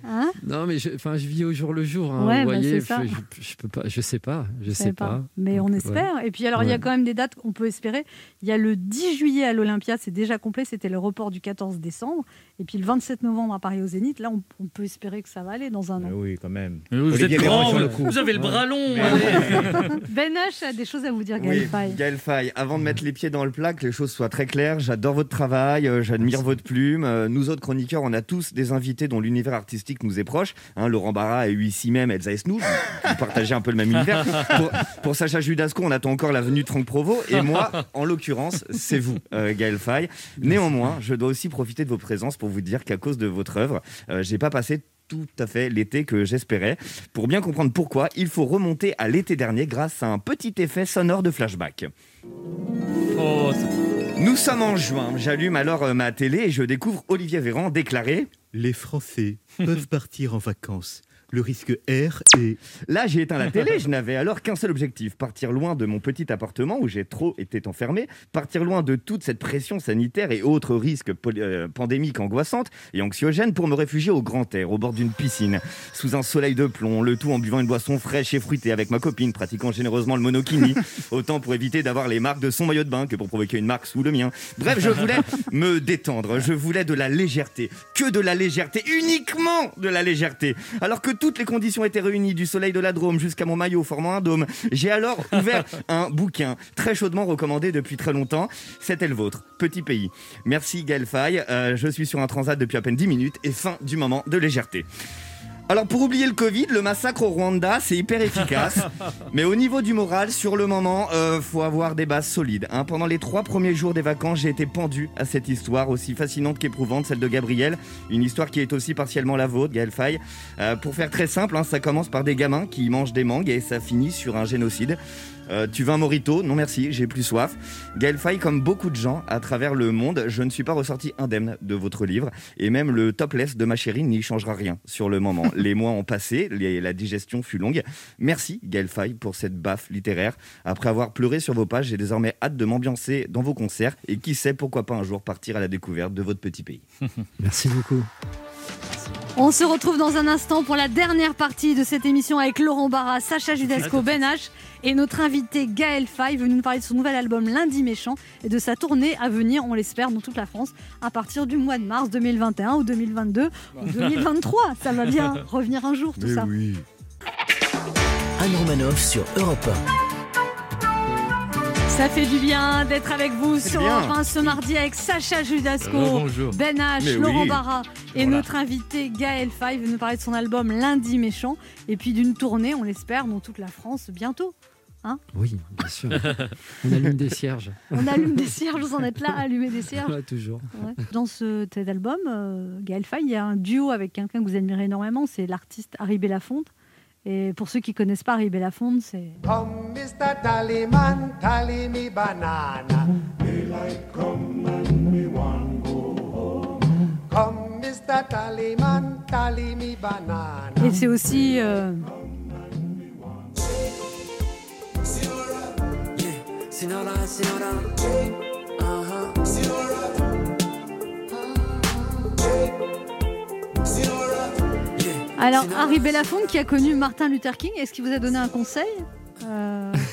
Hein Non, mais je, enfin, je vis au jour le jour. hein, Ouais, vous bah, voyez, c'est ça. je, je, je peux pas, je sais pas, je Je sais savais pas. Mais Donc, on espère. ouais. Et puis, alors, il y a Ouais. quand même des dates qu'on peut espérer. Il y a le 10 juillet à l'Olympia, c'est déjà complet. C'était le report du 14 décembre. Et puis, le 27 novembre à Paris au Zénith. Là, on, on peut espérer que ça va aller dans un an. Oui, quand même. Vous Olivier êtes Véran grand, sur le vous coup. vous avez le bras long. Ben H a des choses à vous dire, Gaël Oui, Faye. Gaël Faye, avant de mettre les pieds dans le plat, que les choses soient très claires, j'adore votre travail, euh, j'admire votre plume. Euh, Nous autres chroniqueurs, on a tous des invités dont l'univers artistique nous est proche. Hein, Laurent Barra a eu ici même Elsa Esnou, vous partagez un peu le même univers. Pour, pour Sacha Judasco, on attend encore la venue de Franck Provost. Et moi, en l'occurrence, c'est vous, euh, Gaël Faye. Néanmoins, je dois aussi profiter de vos présences pour vous dire qu'à cause de votre œuvre, euh, j'ai pas passé tout à fait l'été que j'espérais. Pour bien comprendre pourquoi, il faut remonter à l'été dernier grâce à un petit effet sonore de flashback. Nous sommes en juin. J'allume alors euh, ma télé et je découvre Olivier Véran déclarer Les Français peuvent partir en vacances. Le risque R est. Là, j'ai éteint la télé, je n'avais alors qu'un seul objectif, partir loin de mon petit appartement où j'ai trop été enfermé, partir loin de toute cette pression sanitaire et autres risques poli- euh, pandémiques angoissantes et anxiogènes pour me réfugier au grand air, au bord d'une piscine, sous un soleil de plomb, le tout en buvant une boisson fraîche et fruitée avec ma copine, pratiquant généreusement le monokini, autant pour éviter d'avoir les marques de son maillot de bain que pour provoquer une marque sous le mien. Bref, je voulais me détendre, je voulais de la légèreté, que de la légèreté, uniquement de la légèreté. Alors que toutes les conditions étaient réunies, du soleil de la Drôme jusqu'à mon maillot formant un dôme, j'ai alors ouvert un bouquin très chaudement recommandé depuis très longtemps. C'était le vôtre, Petit Pays. Merci Gaël Faye, Euh, je suis sur un transat depuis à peine 10 minutes et fin du moment de légèreté. Alors pour oublier le Covid, le massacre au Rwanda, c'est hyper efficace. Mais au niveau du moral, sur le moment, euh, faut avoir des bases solides. hein. Pendant les trois premiers jours des vacances, j'ai été pendu à cette histoire aussi fascinante qu'éprouvante, celle de Gabriel. Une histoire qui est aussi partiellement la vôtre, Gaël Faye. Euh, pour faire très simple, hein, ça commence par des gamins qui mangent des mangues et ça finit sur un génocide. Euh, tu veux un morito Non merci, j'ai plus soif. Gaël Faye, comme beaucoup de gens à travers le monde, je ne suis pas ressorti indemne de votre livre. Et même le topless de ma chérie n'y changera rien sur le moment. les mois ont passé, les- la digestion fut longue. Merci Gaël Faye pour cette baffe littéraire. Après avoir pleuré sur vos pages, j'ai désormais hâte de m'ambiancer dans vos concerts. Et qui sait, pourquoi pas un jour partir à la découverte de votre petit pays. Merci beaucoup. On se retrouve dans un instant pour la dernière partie de cette émission avec Laurent Barra, Sacha Judasco, Ben H et notre invité Gaël Fay venu nous parler de son nouvel album Lundi Méchant et de sa tournée à venir, on l'espère, dans toute la France à partir du mois de mars 2021 ou 2022 ou 2023. Ça va bien revenir un jour tout ça. Anne Romanoff sur Europe Ça fait du bien d'être avec vous C'est sur bien. Europe 1 ce mardi avec Sacha Judasco, Rebonjour. Ben H, Mais Laurent oui. Barra et Voilà. notre invité Gaël Fay venu nous parler de son album Lundi Méchant et puis d'une tournée, on l'espère, dans toute la France bientôt. Hein Oui, bien sûr. On allume des cierges. on allume des cierges, vous en êtes là, à allumer des cierges. Ouais, toujours. Ouais. Dans ce, cet album, euh, Gaël Fay, il y a un duo avec quelqu'un que vous admirez énormément, c'est l'artiste Harry Belafonte. Et pour ceux qui connaissent pas Harry Belafonte, c'est Come, Mr. Tallyman, tally me banana. Daylight come and me want go home. Come, Mr. Tallyman, tally me banana. et c'est aussi euh, Signora, signora. Uh-huh. Signora. Signora. Alors, Harry Belafonte qui a connu Martin Luther King, est-ce qu'il vous a donné un conseil Euh,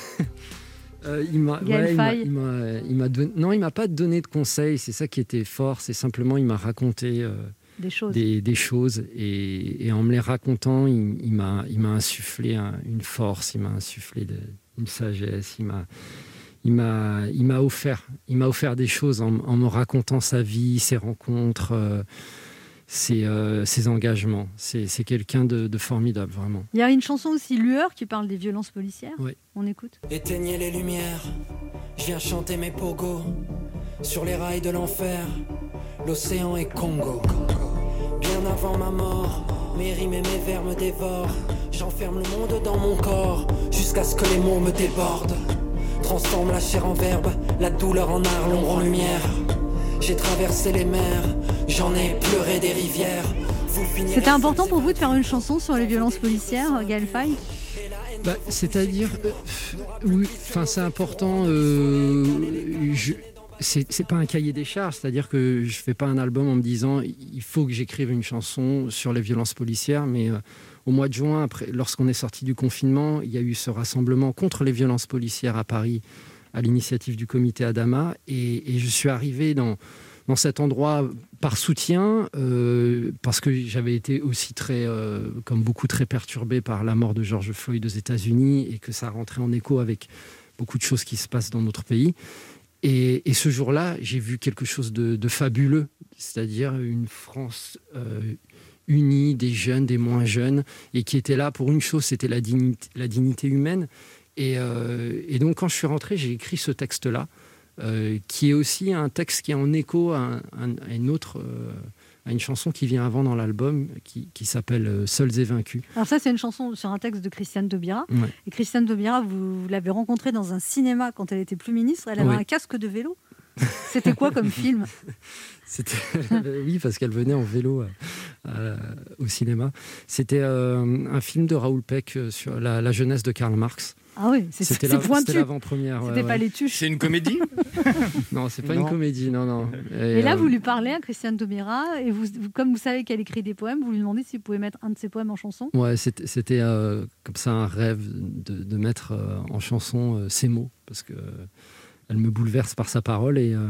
Euh, il m'a, Gaël il m'a- Faye. il m'a- il m'a donné- non, il m'a pas donné de conseils. C'est ça qui était fort. C'est simplement, il m'a raconté euh, Des choses. des, des choses, et, et en me les racontant, il, il m'a, il m'a insufflé un- une force, il m'a insufflé de- une sagesse, il m'a, il m'a, il m'a offert, il m'a offert des choses en, en me racontant sa vie, ses rencontres, euh, ses, euh, ses engagements. C'est, c'est quelqu'un de, de formidable, vraiment. Il y a une chanson aussi, Lueur, qui parle des violences policières. Oui. On écoute. Éteignez les lumières, je viens chanter mes pogos. Sur les rails de l'enfer, l'océan est Congo. Bien avant ma mort, mes rimes et mes vers me dévorent. J'enferme le monde dans mon corps, jusqu'à ce que les mots me débordent. Transforme la chair en verbe, la douleur en art, l'ombre en lumière. J'ai traversé les mers, j'en ai pleuré des rivières. Vous finirez C'était important pour vous de faire une chanson sur les violences policières, euh, Gaël Faye Bah, C'est-à-dire, euh, oui, enfin, c'est important. euh, je- c'est c'est pas un cahier des charges, c'est-à-dire que je fais pas un album en me disant il faut que j'écrive une chanson sur les violences policières, mais euh, au mois de juin, après, lorsqu'on est sorti du confinement, il y a eu ce rassemblement contre les violences policières à Paris à l'initiative du comité Adama, et, et je suis arrivé dans dans cet endroit par soutien, euh, parce que j'avais été aussi très, euh, comme beaucoup, très perturbé par la mort de George Floyd aux États-Unis et que ça rentrait en écho avec beaucoup de choses qui se passent dans notre pays. Et, et ce jour-là, j'ai vu quelque chose de, de fabuleux, c'est-à-dire une France euh, unie, des jeunes, des moins jeunes, et qui était là pour une chose, c'était la dignité, la dignité humaine. Et, euh, et donc quand je suis rentré, j'ai écrit ce texte-là, euh, qui est aussi un texte qui est en écho à, un- un- à une autre, euh, à une chanson qui vient avant dans l'album, qui, qui s'appelle euh, Seuls et vaincus. Alors ça, c'est une chanson sur un texte de Christiane Taubira. Ouais. Et Christiane Taubira, vous, vous l'avez rencontrée dans un cinéma quand elle était plus ministre. Elle avait Oui. un casque de vélo. C'était quoi comme film C'était- oui, parce qu'elle venait en vélo euh, euh, au cinéma. C'était euh, un film de Raoul Peck euh, sur la, la jeunesse de Karl Marx. Ah oui, c'est- C'était c'est la- pointu. C'était l'avant-première. ouais, C'était pas ouais. les tuches. C'est une comédie Non, c'est pas Non. une comédie, non, non. Et là, euh, vous lui parlez à Christiane Taubira. Et vous, vous- comme vous savez qu'elle écrit des poèmes, vous lui demandez si vous pouvez mettre un de ses poèmes en chanson. Ouais, c'était c'était, euh, comme ça un rêve de, de mettre euh, en chanson euh, ces mots, parce que euh, elle me bouleverse par sa parole. Et, euh,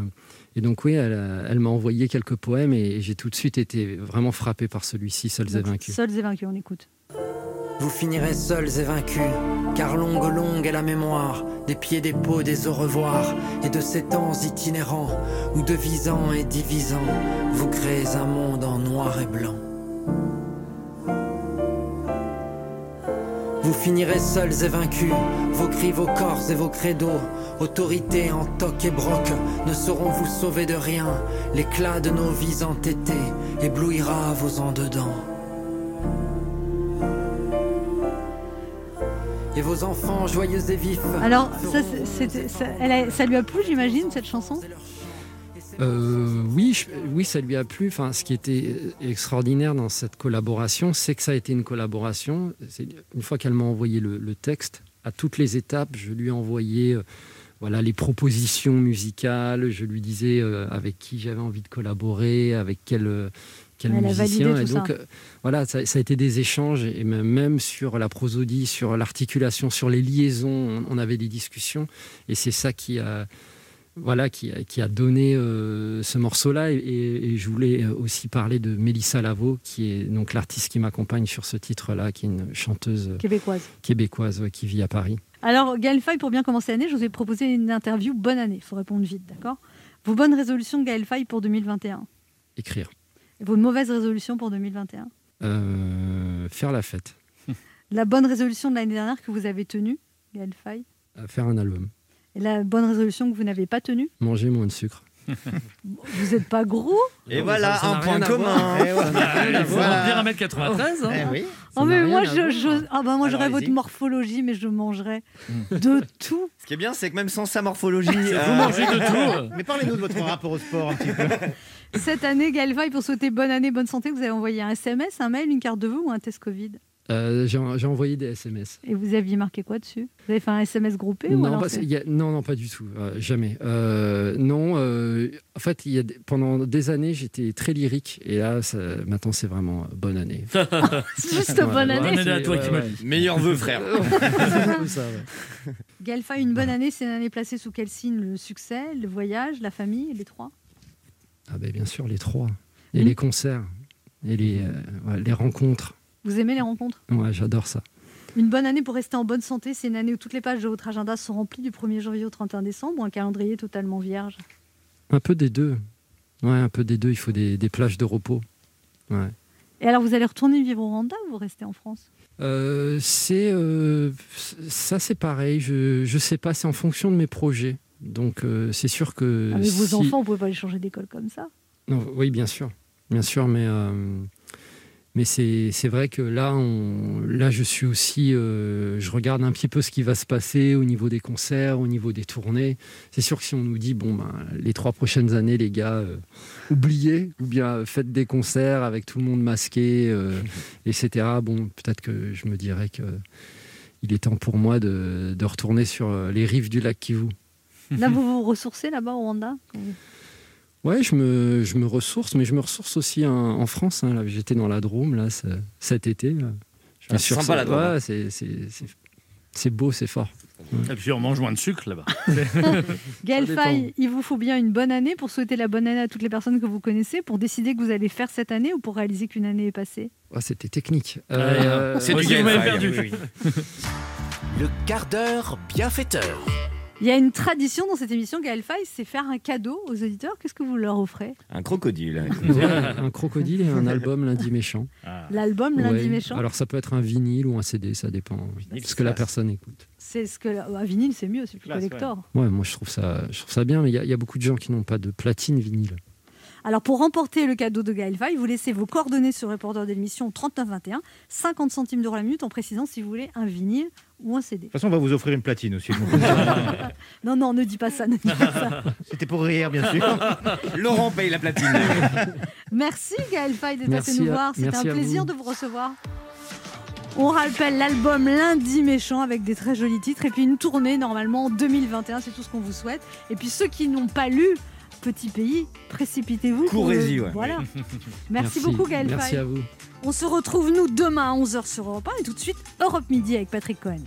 et donc, oui, elle, a- elle m'a envoyé quelques poèmes et j'ai tout de suite été vraiment frappé par celui-ci, Seuls et vaincus. Seuls et vaincus, on écoute. Vous finirez seuls et vaincus, car longue, longue est la mémoire des pieds, des peaux, des au revoir, et de ces temps itinérants où, devisant et divisant, vous créez un monde en noir et blanc. Vous finirez seuls et vaincus, vos cris, vos corps et vos credos, autorité en toc et broc, ne sauront vous sauver de rien, l'éclat de nos vies entêtées éblouira vos en-dedans. Et vos enfants joyeux et vifs. Alors, ça, c'est- c'était- ça, elle a- ça lui a plu, j'imagine, cette chanson Euh, oui, je- oui, ça lui a plu. Enfin, ce qui était euh, extraordinaire dans cette collaboration, c'est que ça a été une collaboration. C'est- Une fois qu'elle m'a envoyé le, le texte, à toutes les étapes, je lui ai envoyé euh, voilà, les propositions musicales. Je lui disais euh, avec qui j'avais envie de collaborer, avec quel, euh, quel Elle a musicien. validé tout et donc, ça. euh, voilà, ça, ça a été des échanges, et même, même sur la prosodie, sur l'articulation, sur les liaisons, on, on avait des discussions, et c'est ça qui a, voilà, qui a, qui a donné euh, ce morceau-là. Et, et- et je voulais euh, aussi parler de Mélissa Lavo, qui est donc l'artiste qui m'accompagne sur ce titre-là, qui est une chanteuse euh, Québécoise. québécoise ouais, qui vit à Paris. Alors, Gaël Faye, pour bien commencer l'année, je vous ai proposé une interview bonne année. Il faut répondre vite, d'accord Vos bonnes résolutions, Gaël Faye, pour 2021 Écrire, Et Vos mauvaises résolutions pour 2021 Euh, faire la fête, Euh, La bonne résolution de l'année dernière que vous avez tenue, Gaël Faye Euh, faire un album, Et la bonne résolution que vous n'avez pas tenue manger moins de sucre. Vous n'êtes pas gros Et Non, voilà, mais ça- ça un n'a point rien à commun. voir. Eh ouais. Ça n'a rien à Il faut voir. remplir 1m93, hein. Eh oui. Oh, Ça mais n'a moi, rien à je, voir. je- ah bah, moi Alors, j'aurais votre allez-y. morphologie, mais je mangerais Hmm. de tout. Ce qui est bien, c'est que même sans sa morphologie. euh, vous mangez de Mais parlez-nous de votre rapport au sport un petit peu. Cette année, Gaël Faye, pour souhaiter bonne année, bonne santé, vous avez envoyé un SMS, un mail, une carte de vœux ou un test Covid Euh, J'ai j'ai envoyé des SMS. Et vous aviez marqué quoi dessus Vous avez fait un SMS groupé ou Non, alors pas, c'est- il y a- non, non, pas du tout, euh, jamais. Euh, non, euh, en fait, il y a des- pendant des années, j'étais très lyrique, et là, ça- maintenant, c'est vraiment euh, bonne année. Ah, Juste bonne année. Bonne année à toi qui m'as dit. Meilleur vœu, frère. Gaël Faye, une bonne année, c'est une année placée sous quel signe Le succès, le voyage, la famille, les trois Ah ben, bien sûr, les trois. Et Mhm. les concerts, et les, euh, ouais, les rencontres. Vous aimez les rencontres Ouais, j'adore ça. Une bonne année pour rester en bonne santé, c'est une année où toutes les pages de votre agenda sont remplies du 1er janvier au 31 décembre, un calendrier totalement vierge. Un peu des deux. Ouais, un peu des deux. Il faut des, des plages de repos. Ouais. Et alors, vous allez retourner vivre au Rwanda ou vous restez en France Euh, c'est euh, ça, c'est pareil. Je je sais pas. C'est en fonction de mes projets. Donc euh, c'est sûr que. Ah, Mais vos si- enfants, vous pouvez pas les changer d'école comme ça. Non, oui, bien sûr, bien sûr, mais euh, mais c'est c'est vrai que là, on, là, je suis aussi, euh, je regarde un petit peu ce qui va se passer au niveau des concerts, au niveau des tournées. C'est sûr que si on nous dit bon, ben, les trois prochaines années, les gars, euh, oubliez ou bien euh, faites des concerts avec tout le monde masqué, euh, etc. Bon, peut-être que je me dirais que il est temps pour moi de, de retourner sur euh, les rives du lac Kivu. Là, vous vous ressourcez là-bas au Rwanda Ouais, je me, je me ressource, mais je me ressource aussi en, en France. hein. Là, J'étais dans la Drôme là, ce- cet été. là. Je Ah, me c'est suis sympa, ressour- la Drôme, Ouais, hein. c'est- c'est- c'est- c'est beau, c'est fort. Et puis on mange moins de sucre là-bas. Gaël dépend. Faye, il vous faut bien une bonne année pour souhaiter la bonne année à toutes les personnes que vous connaissez, pour décider que vous allez faire cette année ou pour réaliser qu'une année est passée. Ah, C'était technique. Euh, Euh, Gaël Faye, oui, perdu. oui. Le quart d'heure bienfaiteur. Il y a une tradition dans cette émission, Gaël Faye, c'est faire un cadeau aux auditeurs. Qu'est-ce que vous leur offrez Un crocodile. Ouais, un crocodile et un album lundi méchant. Ah. L'album Lundi Méchant Alors ça peut être un vinyle ou un CD, ça dépend ce que la personne écoute. C'est ce que ah, vinyle, c'est mieux, c'est plus Classe, collector. Ouais, moi je trouve ça, je trouve ça bien, mais il y, a- il y a beaucoup de gens qui n'ont pas de platine vinyle. Alors pour remporter le cadeau de Gaël Faye, vous laissez vos coordonnées sur le porteur de l'émission au 3921, 50 centimes d'euros la minute en précisant si vous voulez un vinyle ou un CD. toute façon, on va vous offrir une platine aussi. Non, non, ne dis pas ça. ne dis pas ça. C'était pour rire, bien sûr. Laurent paye la platine. Merci Gaël Faye d'être Merci passé nous à- voir, c'était un merci à plaisir vous. de vous recevoir. On rappelle l'album Lundi Méchant avec des très jolis titres et puis une tournée normalement en 2021, c'est tout ce qu'on vous souhaite. Et puis ceux qui n'ont pas lu Petit Pays, précipitez-vous. pour le- Courez-y, ouais. Voilà. Merci, beaucoup Gaël Merci Faye. à vous. On se retrouve nous demain à 11h sur Europe 1 et tout de suite Europe Midi avec Patrick Cohen.